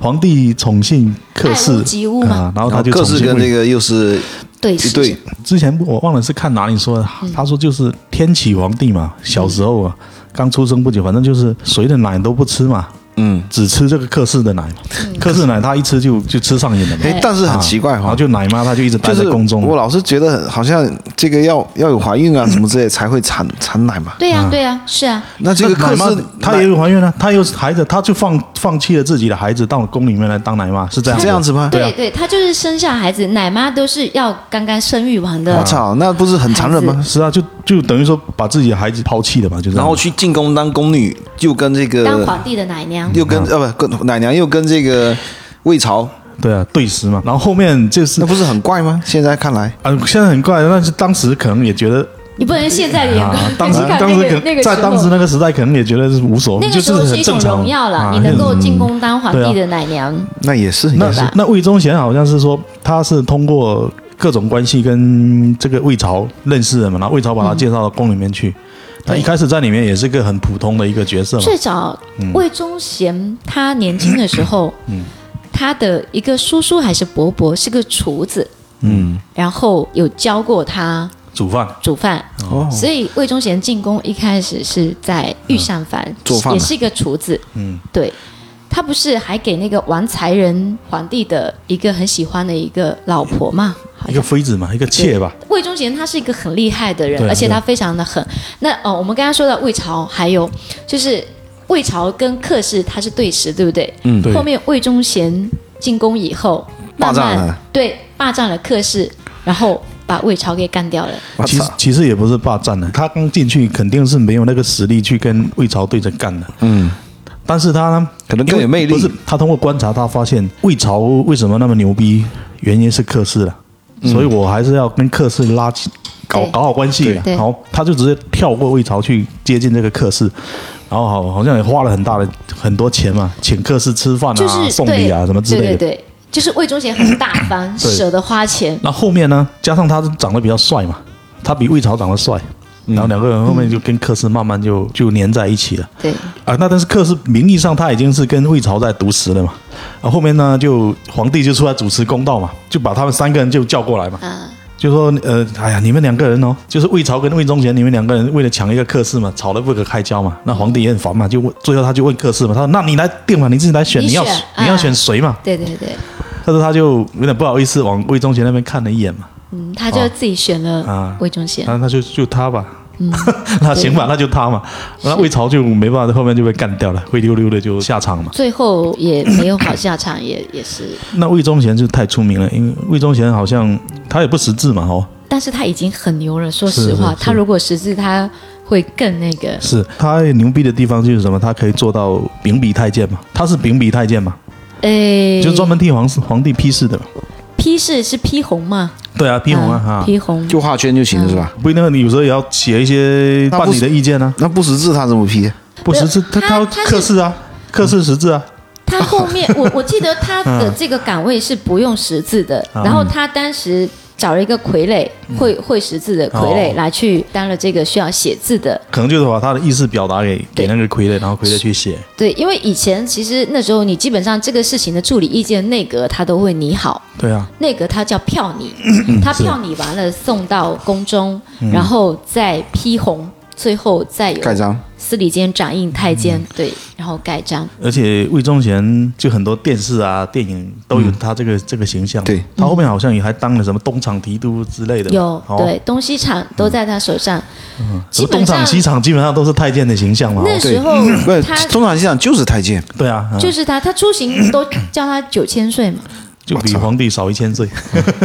S1: 皇帝宠幸客
S3: 爱屋
S1: 氏
S3: 及乌嘛
S1: 啊，然后
S2: 然
S1: 他
S2: 后
S1: 就
S2: 各
S1: 宠
S2: 自
S1: 幸
S2: 跟
S1: 魏
S2: 这个又是
S3: 对
S2: 一
S3: 是
S2: 对，
S1: 之前我忘了是看哪里说的，
S3: 嗯
S1: 他说就是天启皇帝嘛，小时候啊，刚出生不久，反正就是谁的奶都不吃嘛，
S2: 嗯，
S1: 只吃这个客氏的奶嘛，
S3: 嗯
S1: 客氏奶他一吃就就吃上瘾了嘛。
S2: 哎，但是很奇怪
S1: 啊然
S2: 哈
S1: 后，就奶妈，他就一直待
S2: 就是
S1: 在宫中。
S2: 我老是觉得很好像这个要要有怀孕啊什么之类才会产产奶嘛。
S3: 对
S1: 嗯
S3: 呀、对呀、是啊，
S2: 那这个
S1: 那
S2: 克
S1: 奶妈
S2: 氏
S1: 她也有怀孕了，她有孩子，她就放放弃了自己的孩子，到了宫里面来当奶妈，是这样
S2: 这样子吗？
S3: 对对，他就是生下孩子，奶妈都是要刚刚生育完的
S1: 啊
S2: 我。操，那不是很残忍吗？
S1: 是啊，就就等于说把自己的孩子抛弃了嘛，就这样
S2: 然后去进宫当宫女，又跟这
S3: 当
S2: 个
S3: 皇帝的奶娘，
S2: 又跟呃不跟奶娘又跟这个魏朝，
S1: 对啊，对食嘛。然后后面就是
S2: 那不是很怪吗？现在看来，
S1: 啊，现在很怪，但是当时可能也觉得
S3: 你不能现在的眼光
S1: 啊，
S3: 去
S1: 当时
S3: 看
S1: 当时
S3: 那
S1: 可
S3: 个那个
S1: 在
S3: 时
S1: 当时
S3: 候。
S1: 那个时代，可能也觉得是无所谓，
S3: 那个
S1: 就
S3: 时
S1: 是
S3: 候
S1: 很
S3: 是一种
S1: 正常
S3: 荣耀
S1: 啊
S3: 啦，你能够进
S1: 嗯
S3: 宫当皇帝的奶娘，
S2: 那也是，
S1: 那
S2: 也是
S3: 吧
S1: 那魏忠贤好像是说，他是通过各种关系跟这个魏朝认识的嘛，然后魏朝把他介绍到宫里面去。
S3: 嗯
S1: 他一开始在里面也是个很普通的一个角色嘛，
S3: 最早
S1: 嗯
S3: 魏忠贤他年轻的时候，他的一个叔叔还是伯伯是个厨子，
S2: 嗯，
S3: 然后有教过他
S1: 煮饭
S3: 煮饭，
S2: 哦
S3: 所以魏忠贤进宫一开始是在御膳房、
S2: 做饭啊
S3: 也是一个厨子。
S1: 嗯，
S3: 对，他不是还给那个王才人皇帝的一个很喜欢的一个老婆嘛？好
S1: 一个
S3: 像
S1: 妃子嘛，一个妾吧，
S3: 魏忠贤他是一个很厉害的人
S1: 对，啊
S3: 而且他非常的狠。那呃，我们刚刚说到魏朝，还有就是魏朝跟客氏他是对食，对不对？
S2: 嗯
S1: 对
S3: 后面魏忠贤进宫以后，
S2: 霸
S3: 慢
S2: 占了
S3: 慢对霸占了客氏，然后把魏朝给干掉了。
S2: 我
S1: 其实
S2: 操，
S1: 其实也不是霸占的，他刚进去肯定是没有那个实力去跟魏朝对着干的。
S2: 嗯，
S1: 但是他呢，
S2: 可能更
S1: 因
S2: 有
S1: 为
S2: 魅力
S1: 不是，他通过观察，他发现魏朝为什么那么牛逼，原因是客氏了。
S2: 嗯
S1: 所以我还是要跟客氏拉起搞
S3: 对
S1: 搞好关系
S3: 对
S1: 了。好，他就直接跳过魏朝去接近这个客氏，然后好好像也花了很大的很多钱嘛，请客氏吃饭啊、
S3: 就是
S1: 送
S3: 对
S1: 礼啊什么之类的。
S3: 对对对，就是魏忠贤很大方，
S1: 对
S3: 舍得花钱。
S1: 那后面呢，加上他长得比较帅嘛，他比魏朝长得帅，然后两个人后面就跟克氏慢慢就就粘在一起了。
S3: 对，
S1: 啊，那但是克氏名义上他已经是跟魏朝在独食了嘛，啊然后后面呢就皇帝就出来主持公道嘛，就把他们三个人就叫过来嘛，
S3: 啊，
S1: 就说呃，哎呀，你们两个人哦，就是魏朝跟魏忠贤，你们两个人为了抢一个客氏嘛，吵得不可开交嘛。那皇帝也很烦嘛，就问最后他就问客氏嘛，他说那你来定嘛，你自己来选，
S3: 你
S1: 你要
S3: 选
S1: 你要
S3: 啊
S1: 选谁嘛？
S3: 对对对，
S1: 但是他就有点不好意思往魏忠贤那边看了一眼嘛。
S3: 嗯，他就自己选了
S1: 哦啊
S3: 魏忠贤。
S1: 那那就就他吧。
S3: 嗯
S1: 那行吧，那就他嘛。那魏朝就没办法，后面就被干掉了，灰溜溜的就下场嘛。
S3: 最后也没有好下场，也也是，
S1: 那魏忠贤就太出名了，因为魏忠贤好像他也不识字嘛，哦，
S3: 但是他已经很牛了。说实话，
S1: 是是是
S3: 他如果识字，他会更那个。
S1: 是他牛逼的地方就是什么？他可以做到秉笔太监嘛，他是秉笔太监嘛，
S3: 诶，
S1: 就是专门替皇皇帝批示的嘛。
S3: 批示是批红嘛？
S1: 对啊，批红啊，哈、
S3: 嗯批红。
S2: 就画圈就行了是吧？
S1: 不一定，你有时候也要写一些
S2: 那不
S1: 办理的意见啊，
S2: 那不识字他怎么批？
S1: 不识字，他
S3: 他他是嗯
S1: 刻字啊，刻字识字啊，
S3: 他后面，我我记得他的
S1: 嗯
S3: 这个岗位是不用识字的，
S1: 啊
S3: 然后他当时找了一个傀儡，会会识字的傀
S1: 嗯哦
S3: 儡来去当了这个需要写字的
S1: 可能就是把他的意思表达给给
S3: 对
S1: 那个傀儡，然后傀儡去写。
S3: 对，因为以前其实那时候你基本上这个事情的处理意见，内阁他都会拟好，
S1: 对啊，
S3: 内阁他叫票拟，
S1: 嗯
S3: 他票拟完了送到宫中，然后再批红，最后再
S2: 盖
S3: 有
S2: 章，
S3: 司礼监、掌印、太监，
S1: 嗯
S3: 对，然后盖章。
S1: 而且魏忠贤就很多电视啊、电影都有他这个、这个形象。
S2: 对，
S1: 他后面好像也还当了什么东厂提督之类的。
S3: 有
S1: 哦、
S3: 对，东西厂都在他手上，
S1: 什
S3: 基
S1: 么嗯
S3: 本
S1: 东厂、
S3: 上
S1: 西厂基本上都是太监的形象嘛。
S3: 那
S1: 哦
S3: 时候
S2: 不是
S3: 他
S2: 中场机长就是太监，
S1: 对啊，啊
S3: 就是他，他出行都叫他九千岁嘛，
S1: 就比皇帝少一千岁。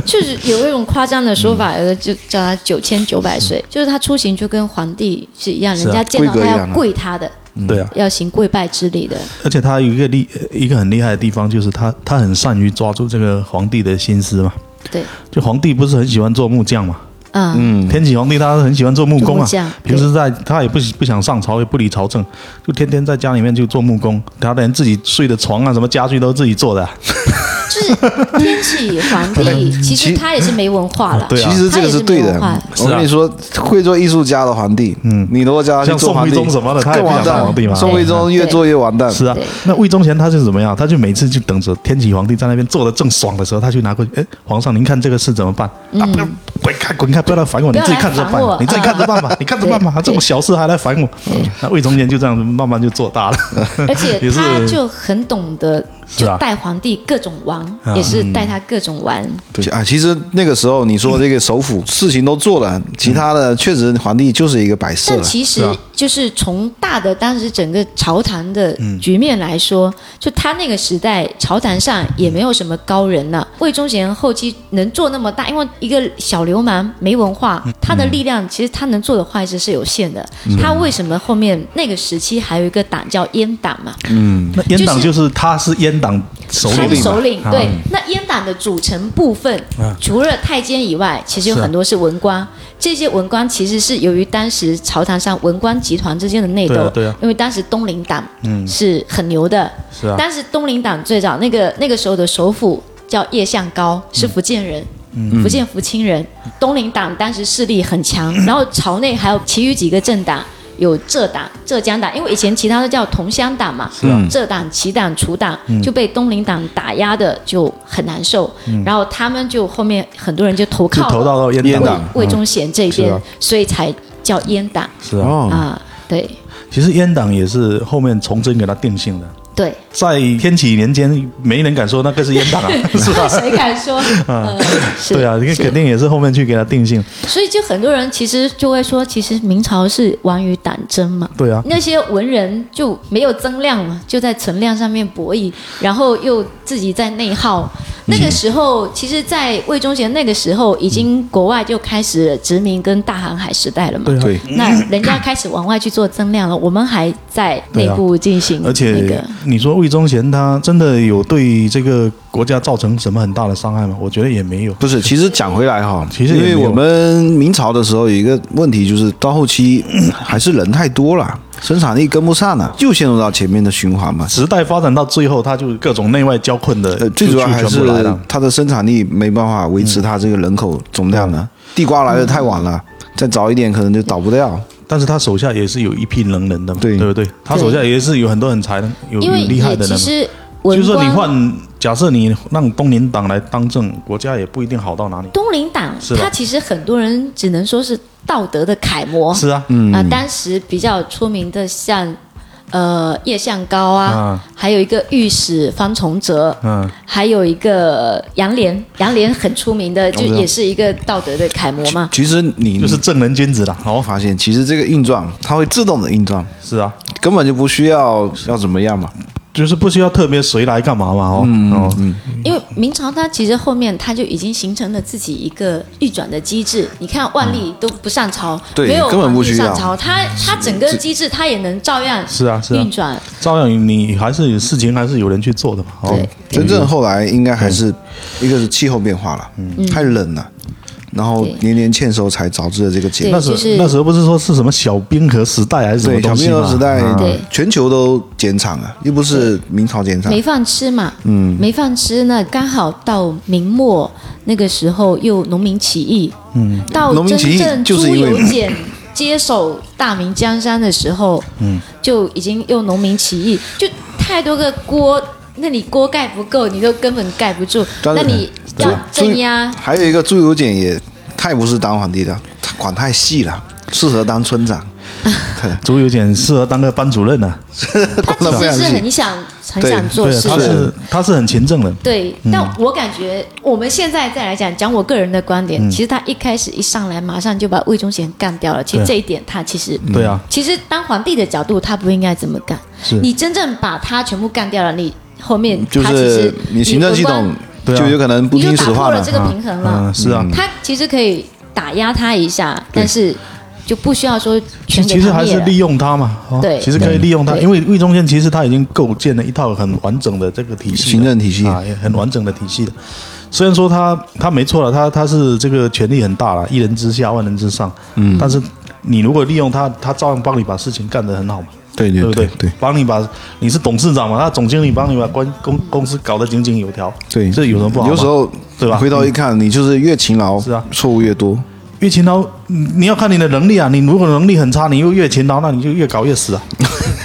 S3: 确实有一种夸张的说法，有的就叫他九千九百岁，就是他出行就跟皇帝是一样，
S1: 是啊
S3: 人家见到
S2: 规格
S3: 他
S2: 一
S3: 要
S2: 样啊
S3: 跪他的，
S1: 对啊，
S3: 要行跪拜之礼的。
S1: 而且他有一个厉呃一个很厉害的地方，就是他他很善于抓住这个皇帝的心思嘛。
S3: 对，
S1: 就皇帝不是很喜欢做木匠嘛？
S3: 嗯，
S2: 嗯，
S1: 天启皇帝他很喜欢做木工
S3: 木
S1: 啊，
S3: 匠
S1: 平时在他也不不想上朝，也不理朝政，就天天在家里面就做木工。他连自己睡的床啊、什么家具都自己做的啊、
S3: 就是天启皇帝，其实他也是没文化了。
S1: 对啊啊
S2: 其实这个对的
S3: 他也是没有坏。
S2: 我跟你说，会做艺术家的皇帝，嗯，你如果叫他去
S1: 像
S2: 做
S1: 宋
S2: 皇
S1: 徽
S2: 帝，
S1: 宗什么的，他也
S2: 更
S1: 不
S2: 完
S1: 想当
S2: 蛋
S1: 皇帝嘛。。
S2: 宋徽宗越做越完蛋，
S1: 是啊
S3: 对，
S1: 那魏忠贤他是怎么样？他就每次就等着天启皇帝在那边坐的正爽的时候，他就拿过去，哎，皇上您看这个事怎么办？啊，不要滚开滚开，不要来烦我，
S3: 不
S1: 你
S3: 要
S1: 自己看着
S3: 来
S1: 办
S3: 烦我，
S1: 你自己看着办吧，你看着办吧，
S3: 对
S1: 这种小事还来烦我。那魏忠贤就这样子慢慢就做大了，
S3: 而且
S1: 也是
S3: 他就很懂得，
S1: 是
S3: 就
S1: 啊
S3: 带皇帝各种玩，
S1: 啊
S3: 也是带他各种玩。
S2: 对啊，其实那个时候你说这个首辅事情都做了，其他的确实皇帝就是一个摆设
S3: 但
S2: 了。
S3: 其
S1: 是
S3: 实
S1: 啊
S3: 就是从大的当时整个朝堂的局面来说，就他那个时代朝堂上也没有什么高人了、魏忠贤后期能做那么大，因为一个小流蛮、没文化，
S1: 嗯
S3: 他的力量其实他能做的坏事是有限的。他为什么后面那个时期还有一个党叫阉党嘛？
S4: 那阉党就是他是阉党首
S3: 他
S4: 领
S3: 是
S4: 嘛，
S3: 首领
S4: 啊
S3: 对。那阉党的组成部分，除了太监以外，其实有
S4: 是啊
S3: 很多是文官。这些文官其实是由于当时朝堂上文官集团之间的内斗
S4: 对啊，对嗯啊
S3: 因为当时东林党是很牛的，
S4: 是啊
S3: 当时东林党最早那个那个时候的首府叫叶向高，是福建人。
S1: 嗯
S3: 福建福清人，东林党当时势力很强，然后朝内还有其余几个政党，有浙党、浙江党，因为以前其他都叫同乡党嘛，
S1: 啊
S3: 浙党、齐党、楚党
S1: 嗯
S3: 就被东林党打压的就很难受，然后他们就后面很多人就投
S1: 嗯就
S3: 靠
S1: 投到到
S2: 阉
S1: 阉
S2: 党
S1: 党。
S3: 魏忠贤这边，
S1: 是啊
S3: 所以才叫阉党
S1: 是啊，
S2: 哦，
S3: 啊，对
S1: 其实阉党也是后面崇祯给他定性的，
S3: 对，
S1: 在天启年间，没人敢说那个是阉党啊， 是吧？
S3: 谁 敢说？嗯，是
S1: 对啊，这个
S3: 是
S1: 肯定也是后面去给他定性。
S3: 所以就很多人其实就会说，其实明朝是亡于党争嘛。
S1: 对啊，
S3: 那些文人就没有增量嘛，就在存量上面博弈，然后又自己在内耗。
S1: 嗯
S3: 那个时候，其实，在魏忠贤那个时候，已经国外就开始殖民跟大航海时代了嘛。
S1: 啊
S2: 对，
S3: 那人家开始往外去做增量了，我们还在内部进行
S1: 啊而
S3: 那个
S1: 且。你说魏忠贤他真的有对这个国家造成什么很大的伤害吗？我觉得也没有。
S2: 不是，其实讲回来哈，
S1: 其实也
S2: 因
S1: 没
S2: 为
S1: 有
S2: 我们明朝的时候有一个问题，就是到后期还是人太多了，生产力跟不上了，又陷入到前面的循环嘛。
S1: 时代发展到最后，他就各种内外交困的，
S2: 呃，最主要还
S1: 就全
S2: 是
S1: 部来了。
S2: 它的生产力没办法维持它这个人口总量
S1: 嗯
S2: 了。地瓜来的太晚了，再早一点可能就倒不掉。
S1: 但是他手下也是有一批能人的嘛，
S2: 对
S1: 对不对？他手下也是有很多很才能、有
S3: 因
S1: 有
S3: 为
S1: 厉害
S3: 也
S1: 的人
S3: 其
S1: 嘛。
S3: 实
S1: 就
S3: 文
S1: 是说，你
S3: 官
S1: 换，假设你让东林党来当政，国家也不一定好到哪里。
S3: 东林党
S1: 是，吧
S3: 他其实很多人只能说是道德的楷模。
S1: 是啊，
S3: 啊，当时比较出名的像呃叶向高啊，
S1: 啊
S3: 还有一个御史方崇哲，
S1: 嗯，
S3: 还有一个杨涟，杨涟很出名的，就
S2: 知道
S3: 也是一个道德的楷模嘛。
S2: 其实你
S1: 就是正人君子了。
S2: 我
S1: 哦，
S2: 发现，其实这个硬撞它会自动的硬撞，
S1: 是啊，
S2: 根本就不需要要怎么样嘛。
S1: 就是不需要特别谁来干嘛嘛。哦，
S3: 嗯
S1: 哦，
S3: 因为明朝它其实后面它就已经形成了自己一个运转的机制，你看万历都不上
S1: 嗯
S3: 朝，
S2: 对
S3: 没有
S2: 根本不
S3: 皇帝
S2: 需要
S3: 上朝，它它整个机制它也能照样
S1: 是啊，是啊
S3: 运，转，
S1: 照样你还是有事情还是有人去做的嘛。哦
S3: 对，
S2: 真正后来应该还是一个是气候变化了，
S1: 嗯
S2: 太冷了，然后
S3: 对
S2: 年年欠收才导致了这个结
S3: 对
S2: 果。
S1: 那时候
S3: 就是
S1: 那时候不是说是什么小冰河时代还是什么
S2: 对，小
S1: 东西
S2: 冰
S1: 嘛？
S2: 河时代
S1: 啊
S3: 对，
S2: 全球都减产了，又不是明朝减产
S3: 没，饭吃嘛，嗯，没饭吃，那刚好到明末那个时候又农民起义，嗯，到
S2: 农民起义
S3: 真正
S2: 就是
S3: 朱
S2: 因为
S3: 由检接手大明江山的时候，嗯，就已经又农民起义，就太多个锅，那你锅盖不够，你都根本盖不住，
S2: 但是
S3: 那你要镇压，
S2: 还有一个朱由检也太不是当皇帝的，他管太细了，适合当村长，
S1: 朱由检适合当个班主任啊。
S3: 他
S2: 管得
S3: 其
S2: 非
S3: 实
S2: 常
S3: 是
S2: 细。
S3: 很想很
S2: 对
S3: 想做
S1: 对啊，
S3: 事
S1: 他
S3: 的。
S1: 是他是很勤政的。
S3: 对，但我感觉我们现在再来讲，讲我个人的观
S1: 嗯
S3: 点，其实他一开始一上来，马上就把魏忠贤干掉了。其实
S1: 对
S3: 这一点，他其实
S1: 对啊，
S3: 其实当皇帝的角度，他不应该这么干。
S1: 是
S3: 你真正把他全部干掉了，你后
S1: 嗯
S3: 面
S2: 就
S3: 他其实
S2: 是你行政系统
S1: 对啊
S2: 就有可能不
S3: 你
S2: 听
S3: 就
S2: 使
S3: 打
S2: 唤
S3: 破
S2: 了
S3: 了这。个平衡了
S1: 嗯，。是啊，
S3: 他其实可以打压他一下，但是就不需要说
S1: 其
S3: 全给
S1: 其实
S3: 他
S1: 还
S3: 灭
S1: 是
S3: 了。
S1: 利用他嘛，哦
S3: 对
S1: 其实可以利用他，
S3: 对
S1: 因为魏忠贤其实他已经构建了一套很完整的这个体系了，
S2: 行政体系
S1: 啊，也很完整的体系的。虽然说他他没错了，他他是这个权力很大了，一人之下万人之上，嗯，但是你如果利用他，他照样帮你把事情干得很好嘛，
S2: 对
S1: 对不
S2: 对对
S1: 帮你把你是董事长嘛，他总经理帮你把关公公司搞得井井有条，
S2: 对，
S1: 这有什么不好吗？
S2: 有时候
S1: 对吧
S2: 回头一看，你就是越勤劳，
S1: 是啊
S2: 错误越多。
S1: 越勤劳，你你要看你的能力啊，你如果能力很差，你又越勤劳，那你就越搞越死 啊，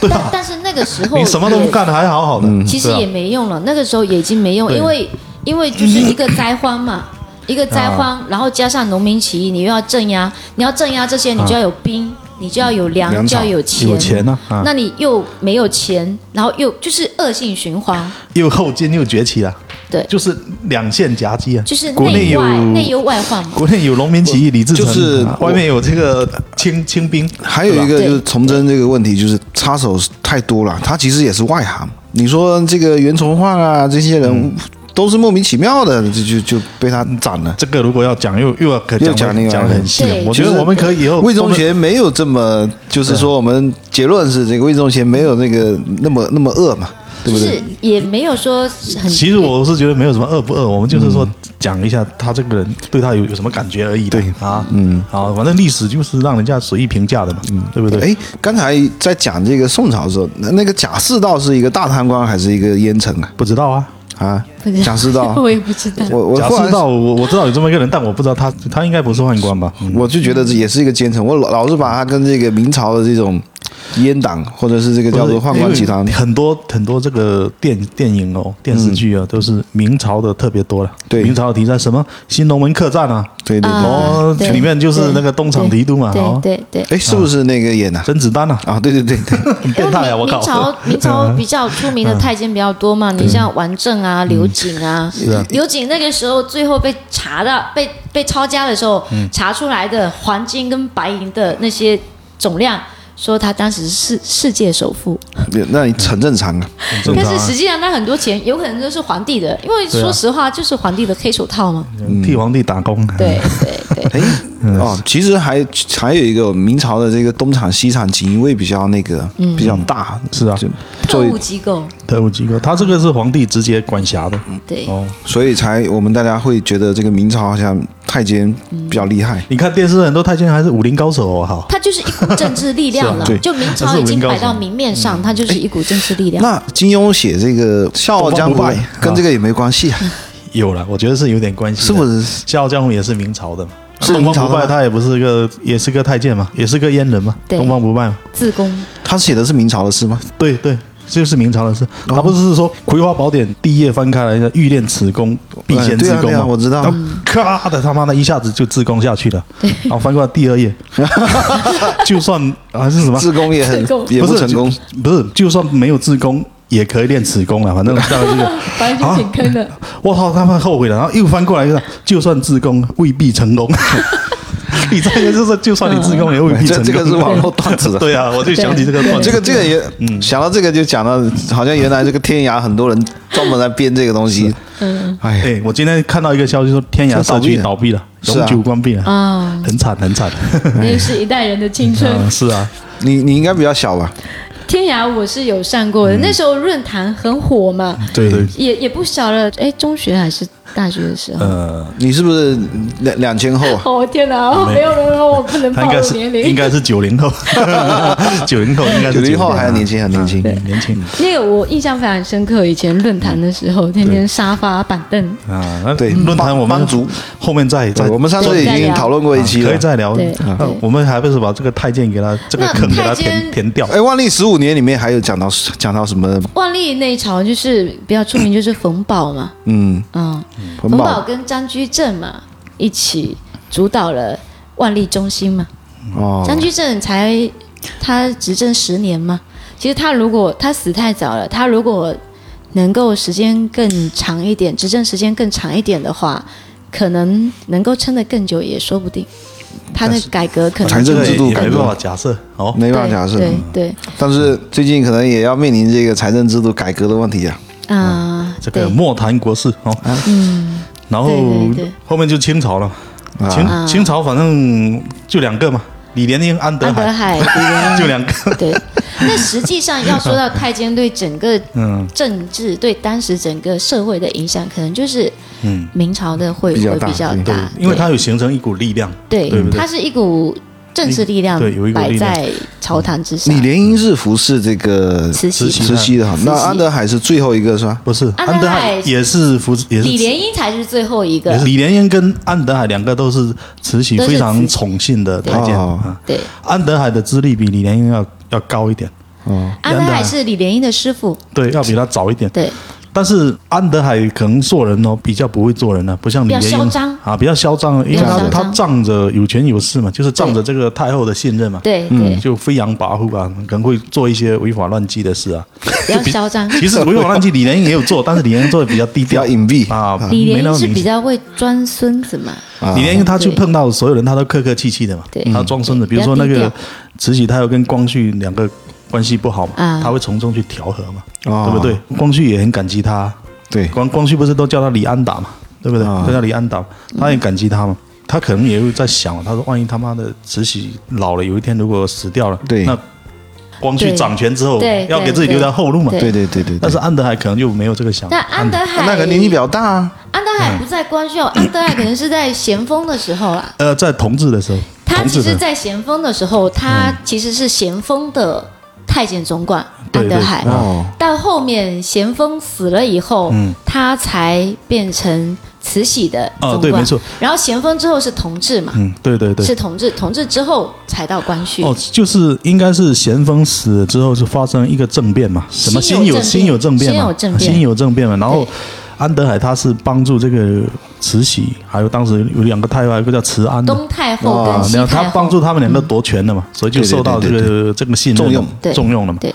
S1: 对
S3: 但
S1: 吧？
S3: 但是那个时 候
S1: 你什么都不
S3: 也
S1: 干还好好的，
S2: 嗯
S3: 其实
S1: 对啊
S3: 也没用了，那个时候也已经没用，
S1: 对
S3: 因为因为就是一个灾 荒嘛，一个灾
S1: 啊
S3: 荒，然后加上农民起义，你又要镇压，你要镇压这些，你就要有兵，你就要有粮，
S2: 粮
S3: 就
S2: 草
S3: 要有
S1: 有钱呐啊
S3: 那你又没有钱，然后又就是恶性循环，
S1: 又后进又崛起了，
S3: 对，
S1: 就是两线夹击啊，
S3: 就是
S1: 国内
S3: 内
S1: 有
S3: 外内忧外患嘛。
S1: 国内有农民起义，李自成，
S2: 就是
S1: 啊
S2: 我
S1: 外面有这个清清兵，
S2: 还有一
S3: 对
S2: 个
S3: 吧
S2: 就是崇祯这个问题，就是插
S1: 嗯
S2: 手太多了，他其实也是外行。你说这个袁崇焕啊，这些人都是莫名其妙的就就就被他斩了。
S1: 这个如果要讲又又要可
S2: 又
S1: 讲
S2: 讲另外
S1: 讲得
S2: 一个
S1: 很细啊
S3: 对，
S1: 我觉得我们可以以后
S2: 魏
S1: 我
S2: 忠
S1: 们
S2: 贤没有这么，就是说我们结论是这个魏忠贤没有那个那么那么恶嘛，对不
S3: 就是
S2: 对？
S3: 也没有说很。
S1: 其实我是觉得没有什么恶不恶，我们就是说讲一下他这个人对他有有什么感觉而已的。
S2: 嗯对
S1: 啊，嗯，好，反正历史就是让人家随意评价的嘛，对不对？
S2: 哎，刚才在讲这个宋朝的时候，那那个贾似道是一个大贪官还是一个奸臣啊？
S1: 不知道啊，
S2: 啊
S3: 不 知，道
S2: 贾似道，
S3: 我也不知道。
S2: 我我
S1: 贾
S2: 忽然
S1: 似道，我我知道有这么一个人，但我不知道他他应该不是宦官吧？嗯
S2: 我就觉得这也是一个奸臣，我老老是把他跟这个明朝的这种阉党，或者是这个叫做宦官集团
S1: 因为，很多很多这个电电影哦、电视剧啊，都是明朝的特别多了。
S2: 嗯对
S1: 明朝的题材什么新龙门客栈啊，
S2: 对对对，
S1: 哦
S3: 啊对
S1: 里面就是那个东厂提督嘛
S3: 对
S1: 哦
S3: 对对。
S2: 哎，是不是那个演的
S1: 甄子丹啊，
S2: 啊？对对对对，
S1: 很
S3: 因为
S1: 变态啊！我嗯
S3: 明
S1: 靠
S3: 明，朝明朝比较出名的太监比较多嘛，你像王振
S1: 嗯
S3: 啊、刘瑾啊，刘瑾那个时候最后被查到被被抄家的时候，
S1: 嗯
S3: 查出来的黄金跟白银的那些总量，说他当时是世界首富，
S2: 那你很正常啊。
S1: 很正
S3: 但
S1: 常
S3: 是
S1: 啊
S3: 实际上他很多钱有可能都是皇帝的，因为
S1: 对啊嗯
S3: 说实话就是皇帝的黑手套嘛。
S2: 嗯
S1: 替皇帝打工。啊
S3: 对对
S2: 哎，
S3: 对，
S2: 哦，其实还还有一个明朝的这个东厂西厂锦衣卫比较那个比较大，
S1: 是啊
S2: 就
S3: 特
S2: 作为
S3: 务机构
S1: 特务机构，他这个是皇帝直接管辖的。
S2: 嗯
S3: 对。
S1: 哦，
S2: 所以才我们大家会觉得这个明朝好像太监比较厉害。
S1: 你看电视很多太监还是武林高手哦，好，
S3: 它就是一股政治力量 了
S2: 是啊对，
S3: 就明朝已经摆到明面上，
S1: 嗯
S3: 它就是一股政治力
S1: 啊
S3: 量。
S2: 那金庸写这个《笑傲嗯江湖
S1: 东方不败》
S2: 跟这个也没关系啊，
S1: 有了，我觉得是有点关系的。
S2: 是不是？
S1: 《笑傲江湖》也是明朝的嘛？
S2: 是明朝的吗
S1: 东方不败，他也不是个，也是个太监嘛，也是个阉人嘛。
S3: 对
S1: 东方不败嘛，
S3: 自宫
S2: 他写的是明朝的诗吗？
S1: 对对，就是明朝的事。
S2: 哦
S1: 他不是说《葵花宝典》第一页翻开来的“欲练此功，必先自
S2: 对啊
S1: 宫”
S2: 对啊
S1: 嘛？
S2: 我知道
S1: 然后咔的他妈的一下子就自宫下去了。然后翻过来第二 页，就算还是什么？
S2: 自宫也很
S3: 自宫
S2: 也
S1: 不
S2: 不
S1: 是
S2: 成功，
S1: 就不是，就算没有自宫。也可以练此功啊了，反正到了 这个，
S3: 反正就挺坑的。
S1: 我操，他们后悔了，然后又翻过来一个，就算自宫未必成 功。你这个就是，就算你自宫也未必成
S2: 这
S1: 功。
S2: 这个是网络段子的。
S1: 对啊，我就想起这个段子
S2: 哦这个这个 也，想到这个就讲到，好像原来这个天涯很多人专门来编这个东西。嗯，哎 呀，
S1: 哎，我今天看到一个消息说，天涯社区倒闭了，
S2: 是啊
S1: 永久关闭了，
S3: 啊，
S1: 很惨很惨。
S3: 那就是一代人的青春。
S1: 嗯，是 啊，
S2: 你你应该比较小吧？
S3: 天涯我是有上过
S1: 嗯
S3: 的，那时候论坛很火嘛，
S1: 对对，
S3: 也也不小了，哎，中学还是大学的时候。
S1: 呃，
S2: 你是不是两两千后啊？
S3: 哦天哪！没有没有，我不能
S1: 他
S3: 暴
S1: 应该
S3: 露
S1: 是
S3: 年
S1: 应
S3: 龄。
S1: 该是九零 后，九零后应该
S2: 九
S1: 是
S2: 零后还年
S1: 年
S2: 轻，啊很年轻。
S1: 年轻
S3: 那个我印象非常深刻，以前论坛的时候，天天沙发板凳，
S1: 啊。那
S2: 对
S1: 论坛我们
S2: 帮族
S1: 后面再再
S2: 对，我们上次已经讨论过一期
S1: 可
S2: 了
S1: 以。再聊
S3: 对。
S1: 啊
S3: 对
S1: 我们还不是把这个太监给他这个
S3: 那
S1: 坑给他
S3: 太监
S1: 填填掉？
S2: 哎，万历十五年里面还有讲到讲到什么？
S3: 万历那一朝就是比较出名，就是冯保嘛，
S2: 嗯，
S3: 嗯，
S2: 冯
S3: 冯
S2: 保
S3: 保跟张居正嘛一起主导了万历中心嘛，
S2: 哦，
S3: 张居正才他执政十年嘛，其实他如果他死太早了，他如果能够时间更长一点，执政时间更长一点的话，可能能够撑得更久也说不定。他的改革可
S2: 财
S3: 能
S2: 政
S1: 哦这个
S2: 制度
S1: 也
S2: 改
S1: 没
S2: 革
S1: 办法假设哦。
S2: 没
S3: 对
S2: 办法假设。
S3: 对对
S2: 但是最近可能也要面临这个财政制度改革的问题啊。
S3: 啊，
S1: 这
S3: 对嗯
S1: 个莫谈国事哦。然后
S3: 对对对
S1: 后面就清朝了，
S2: 啊
S1: 清清朝反正就两个嘛，李莲英、安德
S3: 安德
S1: 海，
S3: 海啊李 连
S1: 就两个。
S3: 对，那实际上要说到太监对整个政治、对当时整个社会的影响，可能就是明朝的会
S2: 比较
S3: 会
S2: 大
S3: 比较
S2: 对
S3: 大，
S1: 因为它有形成一股力量。
S3: 对
S1: 对不对
S3: 它是一股政治力量
S1: 对有一股
S3: 摆
S1: 力量
S3: 在朝堂之上
S2: 嗯李。莲英是服是这个
S3: 啊慈禧慈禧
S2: 慈禧的哈，
S3: 慈禧
S2: 那安德海是最后一个是吧？
S1: 不是
S3: 安
S1: 安
S3: 德
S1: 德
S3: 海
S1: 海也是扶持，也是
S3: 李莲英才是最后一
S1: 也
S3: 个
S1: 是，李莲英跟安德海两个都是慈禧
S3: 都是
S1: 非常
S3: 慈禧
S1: 宠信的太监
S2: 哦
S1: 啊。
S3: 对，
S1: 安德海的资历比李莲英要要高一点，
S2: 哦，
S3: 安德海是李莲英的师傅，
S1: 对，要比他早一点。
S3: 对，
S1: 但是安德海可能做人哦比较不会做人呢、不像李莲
S3: 比
S1: 英
S3: 较嚣张
S1: 啊，比较嚣张，因为
S3: 比较
S1: 他
S3: 嚣
S1: 他
S3: 张
S1: 仗着有权有势嘛，就是仗着这个太后的信任嘛，嗯
S3: 对对，
S1: 就飞扬跋扈啊，可能会做一些违法乱纪的事啊。
S3: 比较嚣张。
S1: 其实违法乱纪李莲英也有做，但是李莲英做的比较低
S2: 比
S1: 调
S2: 较隐蔽
S1: 啊，
S3: 李
S1: 没
S3: 莲
S1: 那
S3: 英
S1: 么
S3: 是
S1: 明
S3: 比
S1: 显。啊
S3: 较会装孙子嘛，
S2: 啊
S1: 李莲英她去
S3: 对
S1: 碰到所有人，她都客客气气的嘛
S3: 对，
S1: 她装孙子。
S3: 对
S1: 比如说
S3: 比较
S1: 那
S3: 低
S1: 个
S3: 调
S1: 慈禧太后跟光绪两个关系不好嘛
S3: 啊，
S1: 她会从中去调和嘛，
S2: 哦
S1: 对不对？光绪也很感激她，啊
S2: 对，
S1: 光光绪不是都叫他李安达嘛，对不对？
S2: 啊
S1: 都叫李安达，他也感激他嘛。他可能也会在想，他说万一他妈的慈禧老了，有一天如果死掉了，
S2: 对
S1: 那光绪
S3: 对
S1: 掌权之后
S3: 对，
S1: 要
S3: 对
S1: 给自己留条后路嘛。
S3: 对
S2: 对对对对。
S1: 但是
S2: 对
S1: 安德海可能就没有这个想法。
S3: 但安德海
S2: 那个年纪比较大啊，
S3: 安德
S1: 嗯
S3: 海不在 光绪，安德海可能是在咸丰的时候啦。
S1: 呃，在同治的时候，
S3: 他
S1: 同
S3: 其
S1: 治
S3: 实，
S1: 的嗯
S3: 在咸丰的时候，他其实是咸丰的太监总管
S1: 对
S3: 安德海
S1: 对。
S2: 哦，
S3: 到后面咸丰死了以后，
S1: 嗯
S3: 他才变成慈禧的总管。
S1: 哦对没错。
S3: 然后咸丰之后是同治嘛，
S1: 嗯，对对对，
S3: 是同治，同治之后才到光绪。
S1: 哦，就是应该是咸丰死了之后是发生一个政变嘛，什么
S3: 辛酉
S1: 辛酉
S3: 政
S1: 政
S3: 变
S1: 变嘛，
S3: 辛酉政变
S1: 辛酉政变嘛，然后
S3: 对。
S1: 安德海他是帮助这个慈禧，还有当时有两个太后，还有一个叫慈安的，
S3: 东太后跟西
S1: 然后
S3: 太
S1: 啊他
S3: 后，
S1: 帮助他们两个夺权了嘛，所以就
S2: 对对
S1: 受到这
S2: 对
S1: 个这个信任
S2: 重用
S3: 嗯对
S1: 重用了嘛。
S3: 对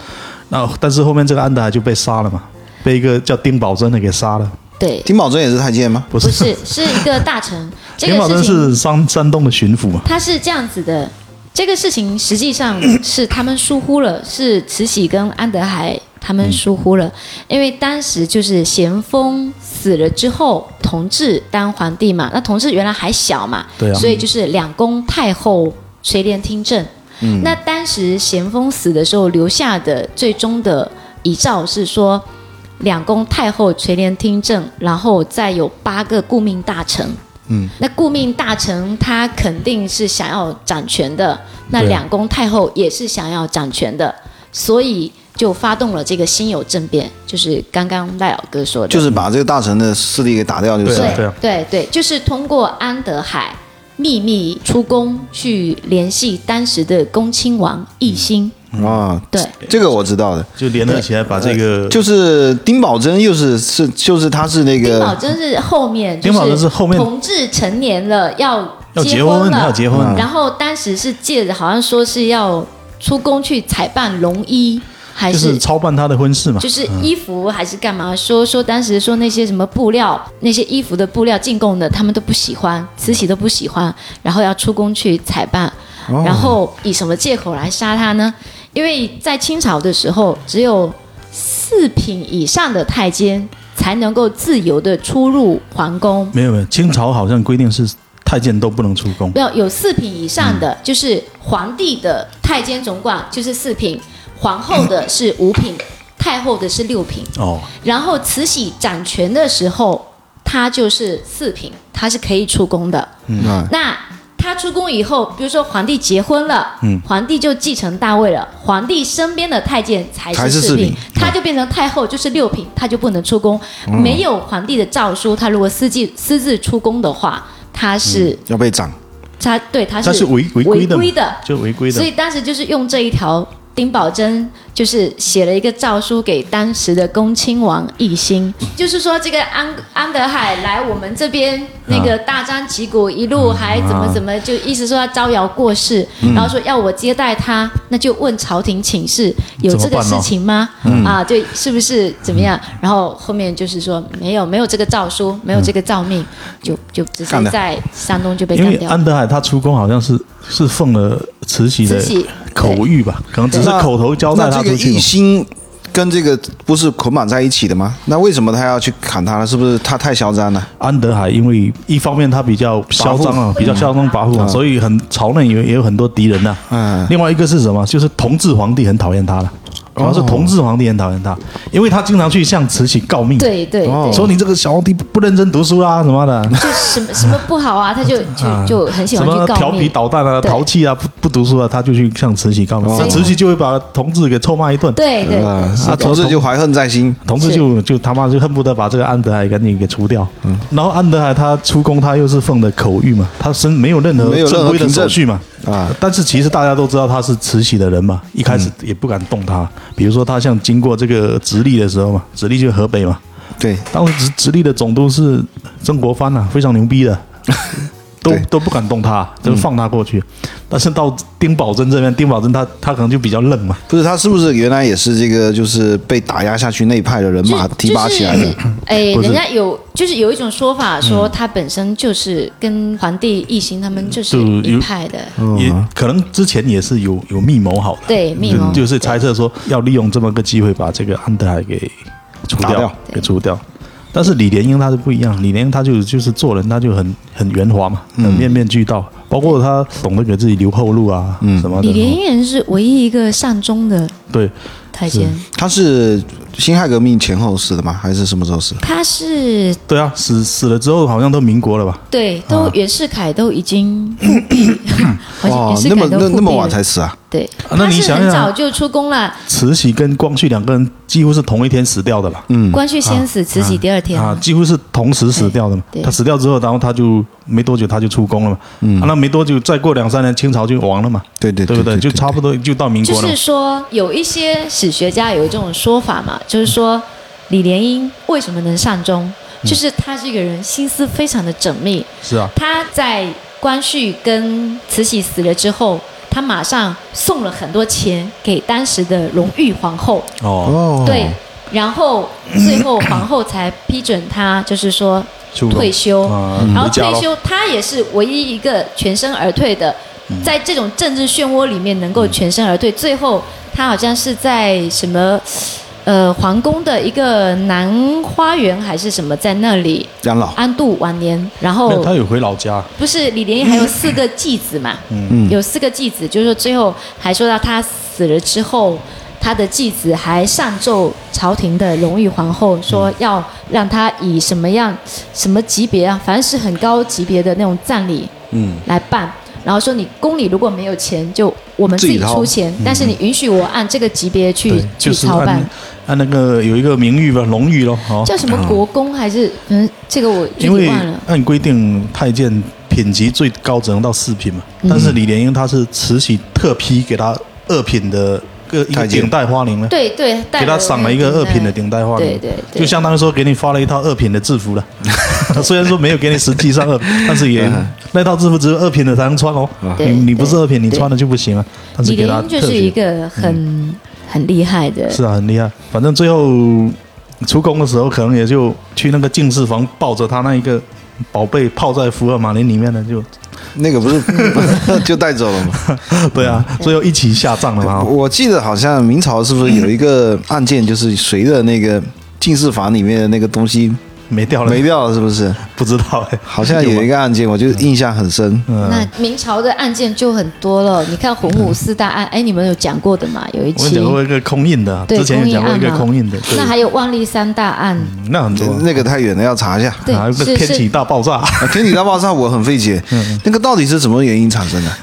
S1: 那但是后面这个安德海就被杀了嘛，被一个叫丁宝桢的给杀了，
S3: 对，
S2: 丁宝桢也是太监吗？
S1: 不
S3: 不
S1: 是？
S3: 是是一个 大臣。这
S1: 丁宝
S3: 个
S1: 桢
S3: 事情
S1: 是山山东的巡抚嘛，
S3: 他是这样子的，这个事情实际上是他们疏忽了，是慈禧跟安德海他们疏忽了，因为当时就是咸丰死了之后，同治当皇帝嘛，那同治原来还小嘛，
S1: 对啊
S3: 所以就是两宫太后垂帘听政。
S1: 嗯
S3: 那当时咸丰死的时候留下的最终的遗诏是说，两宫太后垂帘听政，然后再有八个顾命大臣。
S1: 嗯
S3: 那顾命大臣他肯定是想要掌权的，那
S1: 对
S3: 两宫太后也是想要掌权的，所以就发动了这个辛酉政变，就是刚刚赖老哥说的，
S2: 就是把这个大臣的势力给打掉，就是
S1: 对啊
S2: 了。
S3: 对对对，就是通过安德海秘密出宫去联系当时的恭亲王奕欣，
S2: 啊，
S3: 对
S2: 这个我知道的。
S1: 就联合起来把这个
S2: 呃就是丁宝桢，又是是就是他是那
S3: 丁宝
S2: 个
S3: 桢是后面，就
S1: 丁宝桢是后面
S3: 同治成年了要
S1: 要结
S3: 婚
S1: 婚，
S3: 了，
S1: 要结婚，
S3: 然后当时是借着好像说是要出宫去采办龙衣，还
S1: 就是是操办他的婚事嘛
S3: 就。是衣服还是干嘛？说说当时说那些什么布料，那些衣服的布料进贡的，他们都不喜欢，慈禧都不喜欢，然后要出宫去采办，然后以什么借口来杀他呢？因为在清朝的时候，只有四品以上的太监才能够自由的出入皇宫。
S1: 没有没有，清朝好像规定是太监都不能出宫
S3: 没。有有四品以上的，就是皇帝的太监总管就是四品，皇后的是五品，太后的是六品。
S1: 哦，
S3: 然后慈禧掌权的时候，她就是四品，她是可以出宫的。
S2: 啊，
S3: 那她出宫以后，比如说皇帝结婚了，皇帝就继承大位了，皇帝身边的太监才
S2: 才是
S3: 是四
S2: 四
S3: 品
S2: 品，
S3: 她就变成太后，就是六品，她就不能出宫。没有皇帝的诏书，她如果私自私自出宫的话，她是
S2: 要被斩。
S3: 他对他是
S1: 他是违违规的嘛
S3: 违的
S1: 就违规的
S3: 所以当时就是用这一条，丁宝桢就是写了一个诏书给当时的恭亲王奕欣，就是说这个安安德海来我们这边那个大张旗鼓一路还怎么怎么，就意思说他招摇过市，
S1: 嗯
S3: 然后说要我接待他，那就问朝廷请示有这
S1: 怎么
S3: 个
S1: 办
S3: 事
S1: 呢嗯
S3: 情吗？啊，对，是不是怎么样？然后后面就是说没有没有这个诏书，没有这个诏命，就就只是
S2: 干掉
S3: 在山东就被
S1: 因
S3: 干
S1: 为
S3: 掉了。
S1: 安德海他出宫好像是是奉了慈禧的
S3: 慈禧
S1: 口谕吧，可能只是
S2: 那
S1: 口头交代
S2: 那
S1: 他
S2: 这
S1: 出
S2: 个
S1: 去
S2: 奕
S1: 嘛。
S2: 欣跟这个不是捆绑在一起的吗？那为什么他要去砍他呢？是不是他太嚣张了？
S1: 安德海因为一方面他比较嚣张
S2: 跋
S1: 啊，比较嚣张跋扈啊，所以很朝内有也有很多敌人呐、啊
S2: 嗯哦
S1: 另外一个是什么？就是同治皇帝很讨厌他了，主要是同治皇帝很讨厌他，因为他经常去向慈禧告密，
S3: 对对
S2: 哦
S3: 对，
S1: 说你这个小皇帝不不认真读书啊什么的，
S3: 就什么什么不好啊，他就就就很喜
S1: 什
S3: 欢
S1: 么
S3: 去告
S1: 调皮
S3: 密。
S1: 捣蛋啊、
S3: 对
S1: 淘气啊、不不读书啊，他就去向慈禧告密，
S2: 哦
S1: 那慈禧就会把同治给臭骂一顿。
S3: 对对，
S2: 啊，
S1: 是的
S2: 同志就怀恨在心。
S1: 同治就就他妈就恨不得把这个安德海赶紧给除掉。嗯，然后安德海他出宫，他又是奉的口谕嘛，他身没有任何
S2: 没有任何
S1: 正规的
S2: 凭证
S1: 手续嘛。
S2: 啊，嗯
S1: 但是其实大家都知道他是慈禧的人嘛，一开始也不敢动他。比如说他像经过这个直隶的时候嘛，直隶就是河北嘛，
S2: 对，
S1: 当时直直隶的总督是曾国藩啊，非常牛逼 的，都
S2: 对嗯
S1: 都不敢动他，就放他过去。但是到丁宝桢这边，丁宝桢他他可能就比较愣嘛，
S2: 不是他是不是原来也是这个就是被打压下去那一派的人马
S3: 就
S2: 提拔起来
S3: 就
S2: 的嗯
S3: 是？哎，
S1: 不是
S3: 人家有就是有一种说法说他本身就是跟皇帝奕欣他们就是
S1: 就
S3: 一
S1: 有
S3: 派的，
S2: 嗯
S1: 也可能之前也是有有密谋好的。
S3: 对密谋
S1: 就就是猜测说要利用这么个机会把这个安德海给除
S2: 打掉
S1: 给除掉。但是李莲英他就不一样，李莲英他就就是做人他就很很圆滑嘛，很面面俱到，包括他懂得给自己留后路啊，什么的。
S3: 李连英人是唯一一个善终的
S1: 对，
S3: 太监，
S2: 他是辛亥革命前后死的吗？还是什么时候死？
S3: 他是
S1: 对啊，死死了之后好像都民国了吧？
S3: 对，都袁世凯都已 经复辟，好像
S2: 啊哇
S3: 袁，世
S2: 那么
S3: 凯都
S2: 那
S3: 复辟
S2: 那么
S3: 了
S2: 晚才死啊？
S3: 对，
S1: 啊那
S3: 他
S1: 你
S3: 是
S1: 想
S3: 很
S1: 想
S3: 早就出宫了，
S1: 慈禧跟光绪两个人几乎是同一天死掉的吧？
S2: 嗯
S3: 光绪先死，慈禧第二天
S1: 啊，
S3: 啊，
S1: 几乎是同时死掉的嘛
S3: 对。对
S1: 他死掉之后，然后他就没多久他就出宫了嘛。嗯、那没多久，再过两三年清朝就亡了嘛。
S2: 对对
S1: 对
S2: 对
S1: 不对？就差不多就到民
S3: 就
S1: 国了嘛
S3: 是。说有一些史学家有一种说法嘛，就是说李莲英为什么能善终，
S1: 嗯
S3: 就是他这个人心思非常的缜密，
S1: 是啊，
S3: 他在光绪跟慈禧死了之后，他马上送了很多钱给当时的隆裕皇后，
S1: 哦，
S2: 哦，
S3: 对，然后最后皇后才批准他，就是说
S1: 出宫
S3: 退休，
S1: 啊
S3: 然后
S1: 回家
S3: 退
S1: 咯
S3: 休他也是唯一一个全身而退的，
S1: 嗯
S3: 在这种政治漩涡里面能够全身而退，最后他好像是在什么呃皇宫的一个南花园还是什么，在那里
S2: 养老。
S3: 安度晚年，然
S1: 没有
S3: 后
S1: 他有回老家。
S3: 不是李莲英还有四个继子嘛？嗯，有四个继子，就是说最后还说到他死了之后，他的继子还上奏朝廷的荣誉皇后，
S1: 嗯
S3: 说要让他以什么样、什么级别啊，反正是很高级别的那种葬礼，嗯，来办。然后说你宫里如果没有钱，就我们自己
S2: 自己掏
S3: 出钱，但是你允许我按这个级别去
S1: 嗯对，
S3: 去
S1: 就是
S3: 操办
S1: 按，按那个有一个名誉吧，荣誉咯。哦，
S3: 叫什么国公还是嗯，这个我具
S1: 因
S3: 体
S1: 为
S3: 忘了。
S1: 按规定，太监品级最高只能到四品嘛。
S3: 嗯
S1: 但是李莲英她是慈禧特批给她二品的个一
S2: 太
S1: 个
S2: 监
S1: 顶戴花翎呢，
S3: 对对，
S1: 给她赏了一个二品的顶
S3: 顶
S1: 戴花翎，
S3: 对对对
S1: 就相当于说给你发了一套二品的制服了。 虽然说没有给你实际 上二，但是也那套制服只有二品的才能穿哦。
S3: 对
S1: 你你不是
S3: 对
S1: 二品，你
S3: 对
S1: 穿了就不行啊。但是
S3: 李
S1: 给
S3: 莲
S1: 她
S3: 英就
S1: 特嗯
S3: 是
S1: 许
S3: 一个很、很厉害的，
S1: 是啊，很厉害。反正最后出宫的时候，可能也就去那个净室房，抱着他那一个宝贝泡在福尔马林里面的，就
S2: 那个不是 就带走了吗？
S1: 对啊，
S2: 嗯
S1: 最后一起下葬了嘛。
S2: 我记得好像明朝是不是有一个案件，就是随着那个进士法里面的那个东西
S1: 没掉了，
S2: 没掉了，是不是？
S1: 不知道哎，
S2: 好像有一
S1: 个
S2: 个案件，我就印象很深。
S1: 嗯
S3: 那明朝的案件就很多了。你看洪武四大案，哎，你们有讲过的嘛？有一
S1: 我们
S3: 期
S1: 讲过一个空印的，
S3: 对
S1: 之前有讲过一个
S3: 空
S1: 空印
S3: 印
S1: 的
S3: 案嘛，，
S1: 对
S3: 那还有万历三大案，
S1: 那很多
S2: 那个太远了，要查一 下。
S3: 对
S1: 啊，那
S3: 是
S1: 天启
S3: 是
S1: 大爆炸，
S2: 啊天体大爆炸我很费解，那个到底是什么原因产生的？
S1: 哎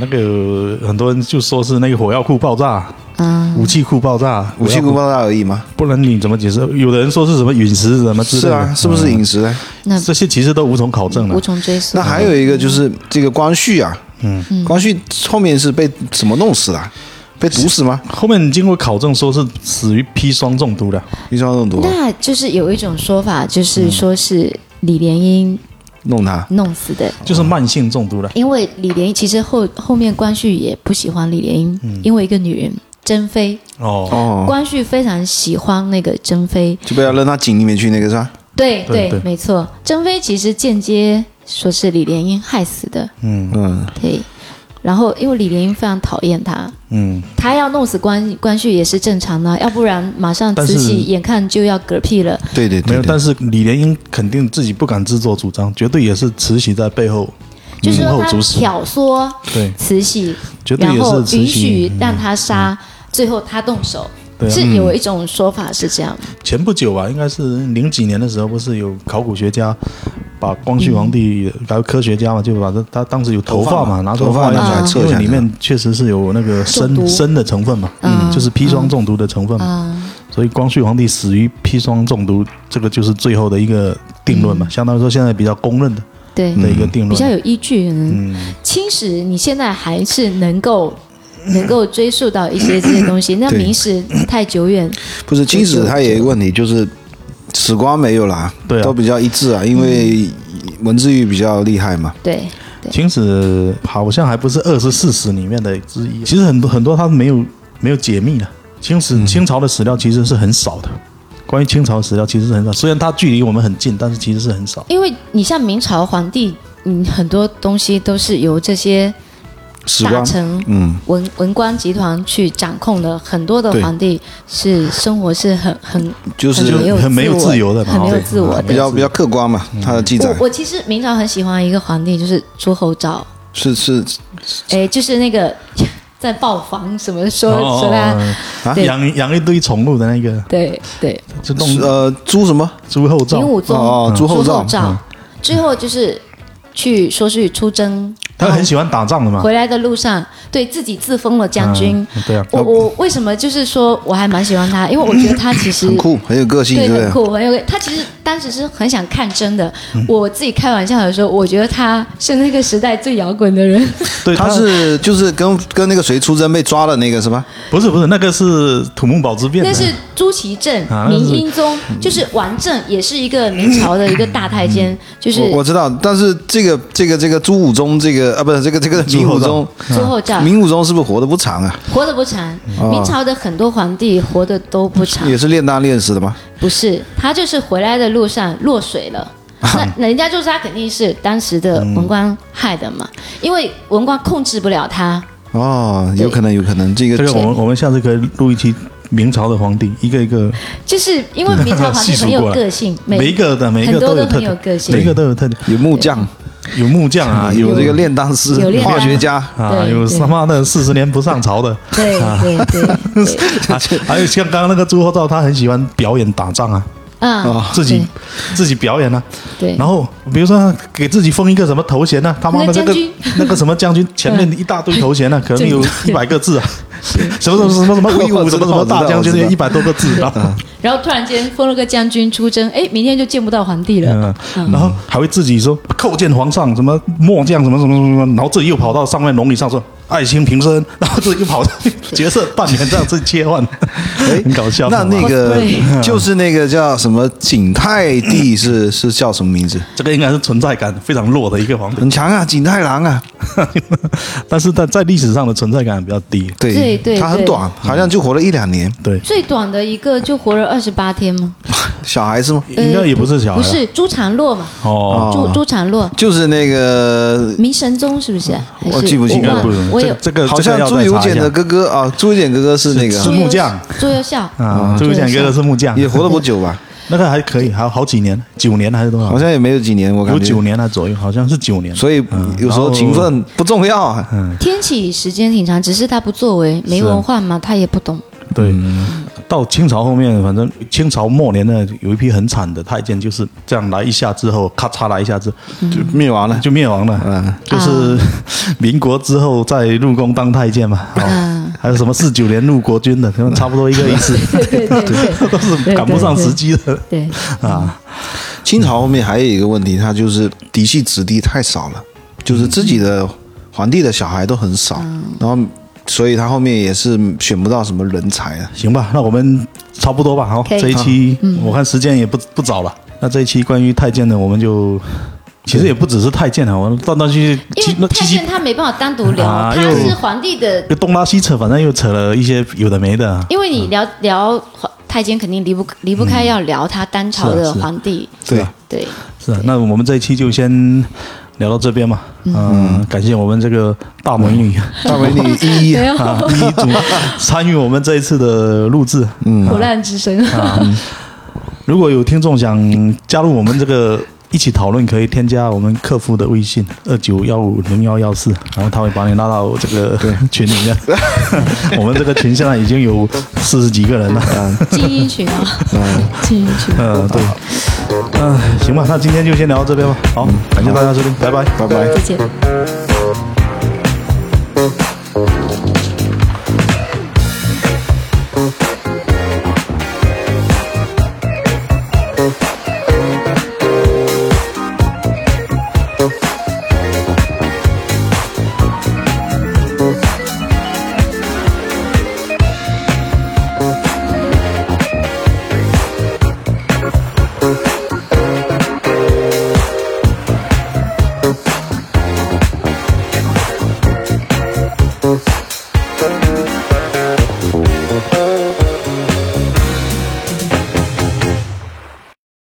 S1: 那个很多人就说是那个火药库爆炸，
S3: 啊，
S1: 武器库爆炸，
S2: 嗯武器库爆炸而已吗？
S1: 不然你怎么解释？有的人说是什么陨石什么之类
S2: 是
S1: 的，嗯
S2: 啊，是不是饮食呢？
S3: 那
S1: 这些其实都无从考证了
S3: 无。从追溯
S2: 那。还有一个就是这个光绪啊，嗯，光绪后面是被怎么弄死的啊？被毒死吗？
S1: 后面经过考证，说是死于砒霜中毒的，
S2: 砒霜中毒啊
S3: 那就是有一种说法，
S1: 嗯
S3: 就是说是李莲英
S2: 弄他，
S3: 弄死的，
S1: 就是慢性中毒的。
S3: 因为李莲英其实后后面光绪也不喜欢李莲英，因为一个女人珍妃，
S1: 嗯哦，
S2: 哦，
S3: 光绪非常喜欢那个珍妃，
S2: 就被他扔到井里面去那个是吧？
S3: 对
S1: 对
S3: 对
S1: 对
S3: 没错，珍妃其实间接说是李莲英害死的，
S2: 嗯，
S3: 对。然后因为李莲英非常讨厌他，
S1: 嗯，
S3: 他要弄死关关绪也是正常的，要不然马上
S1: 但
S3: 慈
S1: 是
S3: 禧眼看就要嗝屁了。
S2: 对对
S1: 没
S2: 对
S1: 有，但
S2: 对，
S1: 是李莲英肯定自己不敢自作主张，绝对也是慈禧在背后
S3: 就是
S1: 幕
S3: 说
S1: 后
S3: 他
S1: 主使，
S3: 挑唆
S1: 对，
S3: 慈禧，
S1: 绝对
S3: 然
S1: 也
S3: 后
S1: 是慈
S3: 允许
S1: 禧。嗯
S3: 让他杀，最后他动手，
S1: 对啊
S3: 是有一种说法是这样。
S1: 前不久吧，应该是零几年的时候，不是有考古学家把光绪皇帝，还有科学家嘛，就把他他当时有头发嘛，
S2: 头发嘛
S1: 拿出
S2: 头发
S1: 化
S2: 拿
S1: 验
S2: 出来测一
S1: 因
S2: 下
S1: 为里面确实是有那个
S3: 中
S1: 砷
S3: 毒
S1: 砷的成分嘛，嗯，就是砒霜中毒的成分嘛，
S3: 啊，
S1: 所以光绪皇帝死于砒霜中毒，这个就是最后的一个定论嘛，相当于说现在比较公认的
S3: 对，
S1: 的一个定
S3: 比较
S1: 论。
S3: 有依据。嗯，清史你现在还是能够能够追溯到一些这些东西，那
S2: 对
S3: 明史太久远，
S2: 不是金子，它也有一个问题，就是史官没有啦，
S1: 对啊
S2: 都比较一致啊，因为
S3: 嗯
S2: 文字狱比较厉害嘛。
S3: 对
S1: 秦史好像还不是二十四史里面的之一，其实很多很多它没有没有解密的。清史清朝的史料其实是很少的，关于清朝的史料其实是很少，虽然它距离我们很近，但是其实是很少。
S3: 因为你像明朝皇帝，嗯，很多东西都是由这些
S2: 史
S3: 大
S2: 光，
S3: 成
S2: 嗯，
S3: 文文官集团去掌控了很多的
S2: 对
S3: 皇帝，是生活是很很
S2: 就是
S3: 很没有
S1: 很没有自由的哦
S3: 很没有自我
S2: 比
S3: 的。
S2: 较比较客观嘛，他的记载
S3: 我我其实明朝很喜欢一个皇帝，就是朱厚照，
S2: 是是
S3: 哎，就是那个 在豹房什么说
S5: 哦
S3: 说他，
S2: 啊
S3: 对
S1: 养养一堆宠物的那个，
S3: 对对，
S1: 就弄
S2: 是呃朱什么
S1: 朱厚
S3: 明
S1: 照，
S3: 武宗
S5: 嗯
S2: 哦哦朱厚照
S3: 照，最后就是去说是出征，
S1: 他很喜欢打仗的嘛，
S3: 回来的路上对自己自封了将军。
S1: 嗯对啊，
S2: 呃
S3: 我我为什么就是说我还蛮喜欢他，因为我觉得他其实
S2: 很酷，很有个性，
S3: 嗯
S2: 对
S3: 对，
S2: 不嗯对
S3: 很？酷，很有。他其实当时是很想看真的。我自己开玩笑的说，我觉得他是那个时代最摇滚 的人。
S1: 对，
S2: 他是就是跟跟那个谁出征被抓了那个是吧？
S1: 不是不是那个是土木堡之变啊的，
S3: 那是朱祁镇
S1: 啊、那是
S3: 明英宗，
S2: 嗯
S3: 就是王振，也是一个明朝的一个大太监，就是
S2: 我我知道，但是这个这个这个朱武忠这个啊，不是这个这个
S1: 朱
S2: 明
S1: 厚
S2: 武
S1: 照
S2: 宗，
S3: 朱厚照，
S2: 明武宗是不是活得不长啊？
S3: 活得不长。明朝的很多皇帝活得都不长
S2: 也，是炼丹炼死的吗？
S3: 不是他就是回来的路上落水了。
S1: 啊
S3: 那那人家就是他肯定是当时的文官害的嘛，因为文官控制不了他。
S2: 哦，有可能，有可能，这个
S1: 这个我们我们下次可以录一期明朝的皇帝，一个一个
S3: 就是因为明朝皇帝很有个性，
S1: 每一个的每一个
S3: 很多
S1: 有
S3: 都
S1: 特
S3: 很有
S1: 点，
S3: 个性，
S1: 每一个都有特点，
S2: 有木匠
S1: 有木匠啊，
S2: 啊，有这个
S1: 个
S2: 炼丹师
S3: 有、炼丹
S2: 化学家，
S1: 啊，
S3: 对
S1: 有
S3: 对
S1: 他妈的四十年不上朝 的，
S3: 对对对 对，
S1: 啊还有像刚刚那个朱厚照，他很喜欢表演打仗啊，
S3: 嗯，
S1: 自己自己表演啊，
S3: 对
S1: 然后比如说他给自己封一个什么头衔呢、他妈的这
S3: 那个
S1: 个
S3: 将军嗯
S1: 那个什么将军，前 面一大堆头衔呢、可能有一百个字啊，什么什么什么什么威
S2: 我
S1: 武
S2: 知
S1: 什
S2: 道
S1: 么什么大将
S2: 我知
S1: 军，
S2: 道
S1: 一百多个字，啊然后
S3: 然后突然间封了个将军出征，哎，明天就见不到皇帝了。
S1: 嗯，然后还会自己说叩见皇上，什么末将，什么什么什么什么，然后自己又跑到上面龙椅上说爱卿平身，然后自己又跑到角色扮演这样子切 换，
S2: 哎
S1: 很搞笑。
S2: 那那个
S3: Cosplay
S2: 就是那个叫什么景泰帝 是是叫什么名字？
S1: 这个应该是存在感非常弱的一个皇帝，
S2: 很强啊，景泰郎啊，
S1: 但是在在历史上的存在感比较低。
S2: 对
S3: 对对
S2: 他很
S3: 对
S2: 短，好像就活了一两年。
S1: 对，
S3: 最短的一个就活了二十八天吗？
S2: 小孩是吗？
S1: 应该也不是小孩
S3: 不
S1: 啊，
S3: 是朱常洛嘛？
S1: 哦，
S3: 朱朱常洛，
S2: 就是那个
S3: 明神宗是不是？还
S2: 我
S3: 是
S2: 记不清
S1: 应
S3: 我
S1: 该哦
S3: 忘了
S1: 不是。
S3: 我
S1: 这
S3: 有
S1: 这个这
S2: 好
S1: 个
S2: 像
S1: 要
S2: 朱
S1: 再
S2: 由
S1: 查一
S2: 检的
S1: 下
S2: 哥哥啊，朱由检哥哥是那个
S1: 是木匠
S3: 朱由校，
S1: 啊，这个讲哥的是木匠，
S2: 嗯也活了不久吧？
S1: 那个还可以，还有好几年，九年还是多少
S2: 好？像也没有几年，我感
S1: 啊有
S2: 觉。
S1: 九年嗯啊左右，好像是九年。
S2: 所以有时候勤奋不重要啊。
S1: 嗯
S3: 天启时间挺长，只是他不作为，没文化嘛，他也不懂。
S1: 对，到清朝后面，反正清朝末年呢，有一批很惨的太监，就是这样来一下之后，咔嚓来一下子
S2: 就灭亡了。
S1: 就灭亡了。
S2: 嗯，
S1: 就是民国之后再入宫当太监嘛，
S3: 啊嗯
S1: 哦，还有什么四九年入国军的，可能差不多一个意思，
S3: 对对 对
S1: 都是赶不上时机的
S3: 对，
S1: 啊。
S2: 清朝后面还有一个问题，他就是嫡系子弟太少了，就是自己的皇帝的小孩都很少，然后所以他后面也是选不到什么人才啊。
S1: 行吧，那我们差不多吧。好，
S3: 可以嗯
S1: 这一期我看时间也不不早了，那这一期关于太监的，我们就其实也不只是太监啊，我们断断续续，七
S3: 因
S1: 那
S3: 为
S1: 七
S3: 太
S1: 七
S3: 监他没办法单独聊，
S1: 啊
S3: 他
S1: 又
S3: 是皇帝的，
S1: 又东拉西扯，反正又扯了一些有的没的啊。
S3: 因为你聊聊皇太监肯定离不离不开要聊他当朝
S1: 是啊
S3: 的
S1: 是啊
S3: 皇帝，
S2: 对，
S3: 对，
S1: 是啊，那我们这一期就先聊到这边嘛。嗯，感谢我们这个大美女
S2: 大美女 一一
S3: 没有
S1: 啊，第一组参与我们这一次的录制。
S3: 苦难之声，
S1: 啊 如果有听众想加入我们这个一起讨论，可以添加我们客服的微信二九幺五零幺幺四，然后他会把你拉到这个群里面。 我们这个群现在已经有四十几个人了。
S3: 精英群啊， 精英群，
S1: 嗯，对，嗯、行吧，那今天就先聊到这边吧。好，感谢大家收听，拜拜。
S2: 拜拜。
S3: 再见。
S6: Thank you.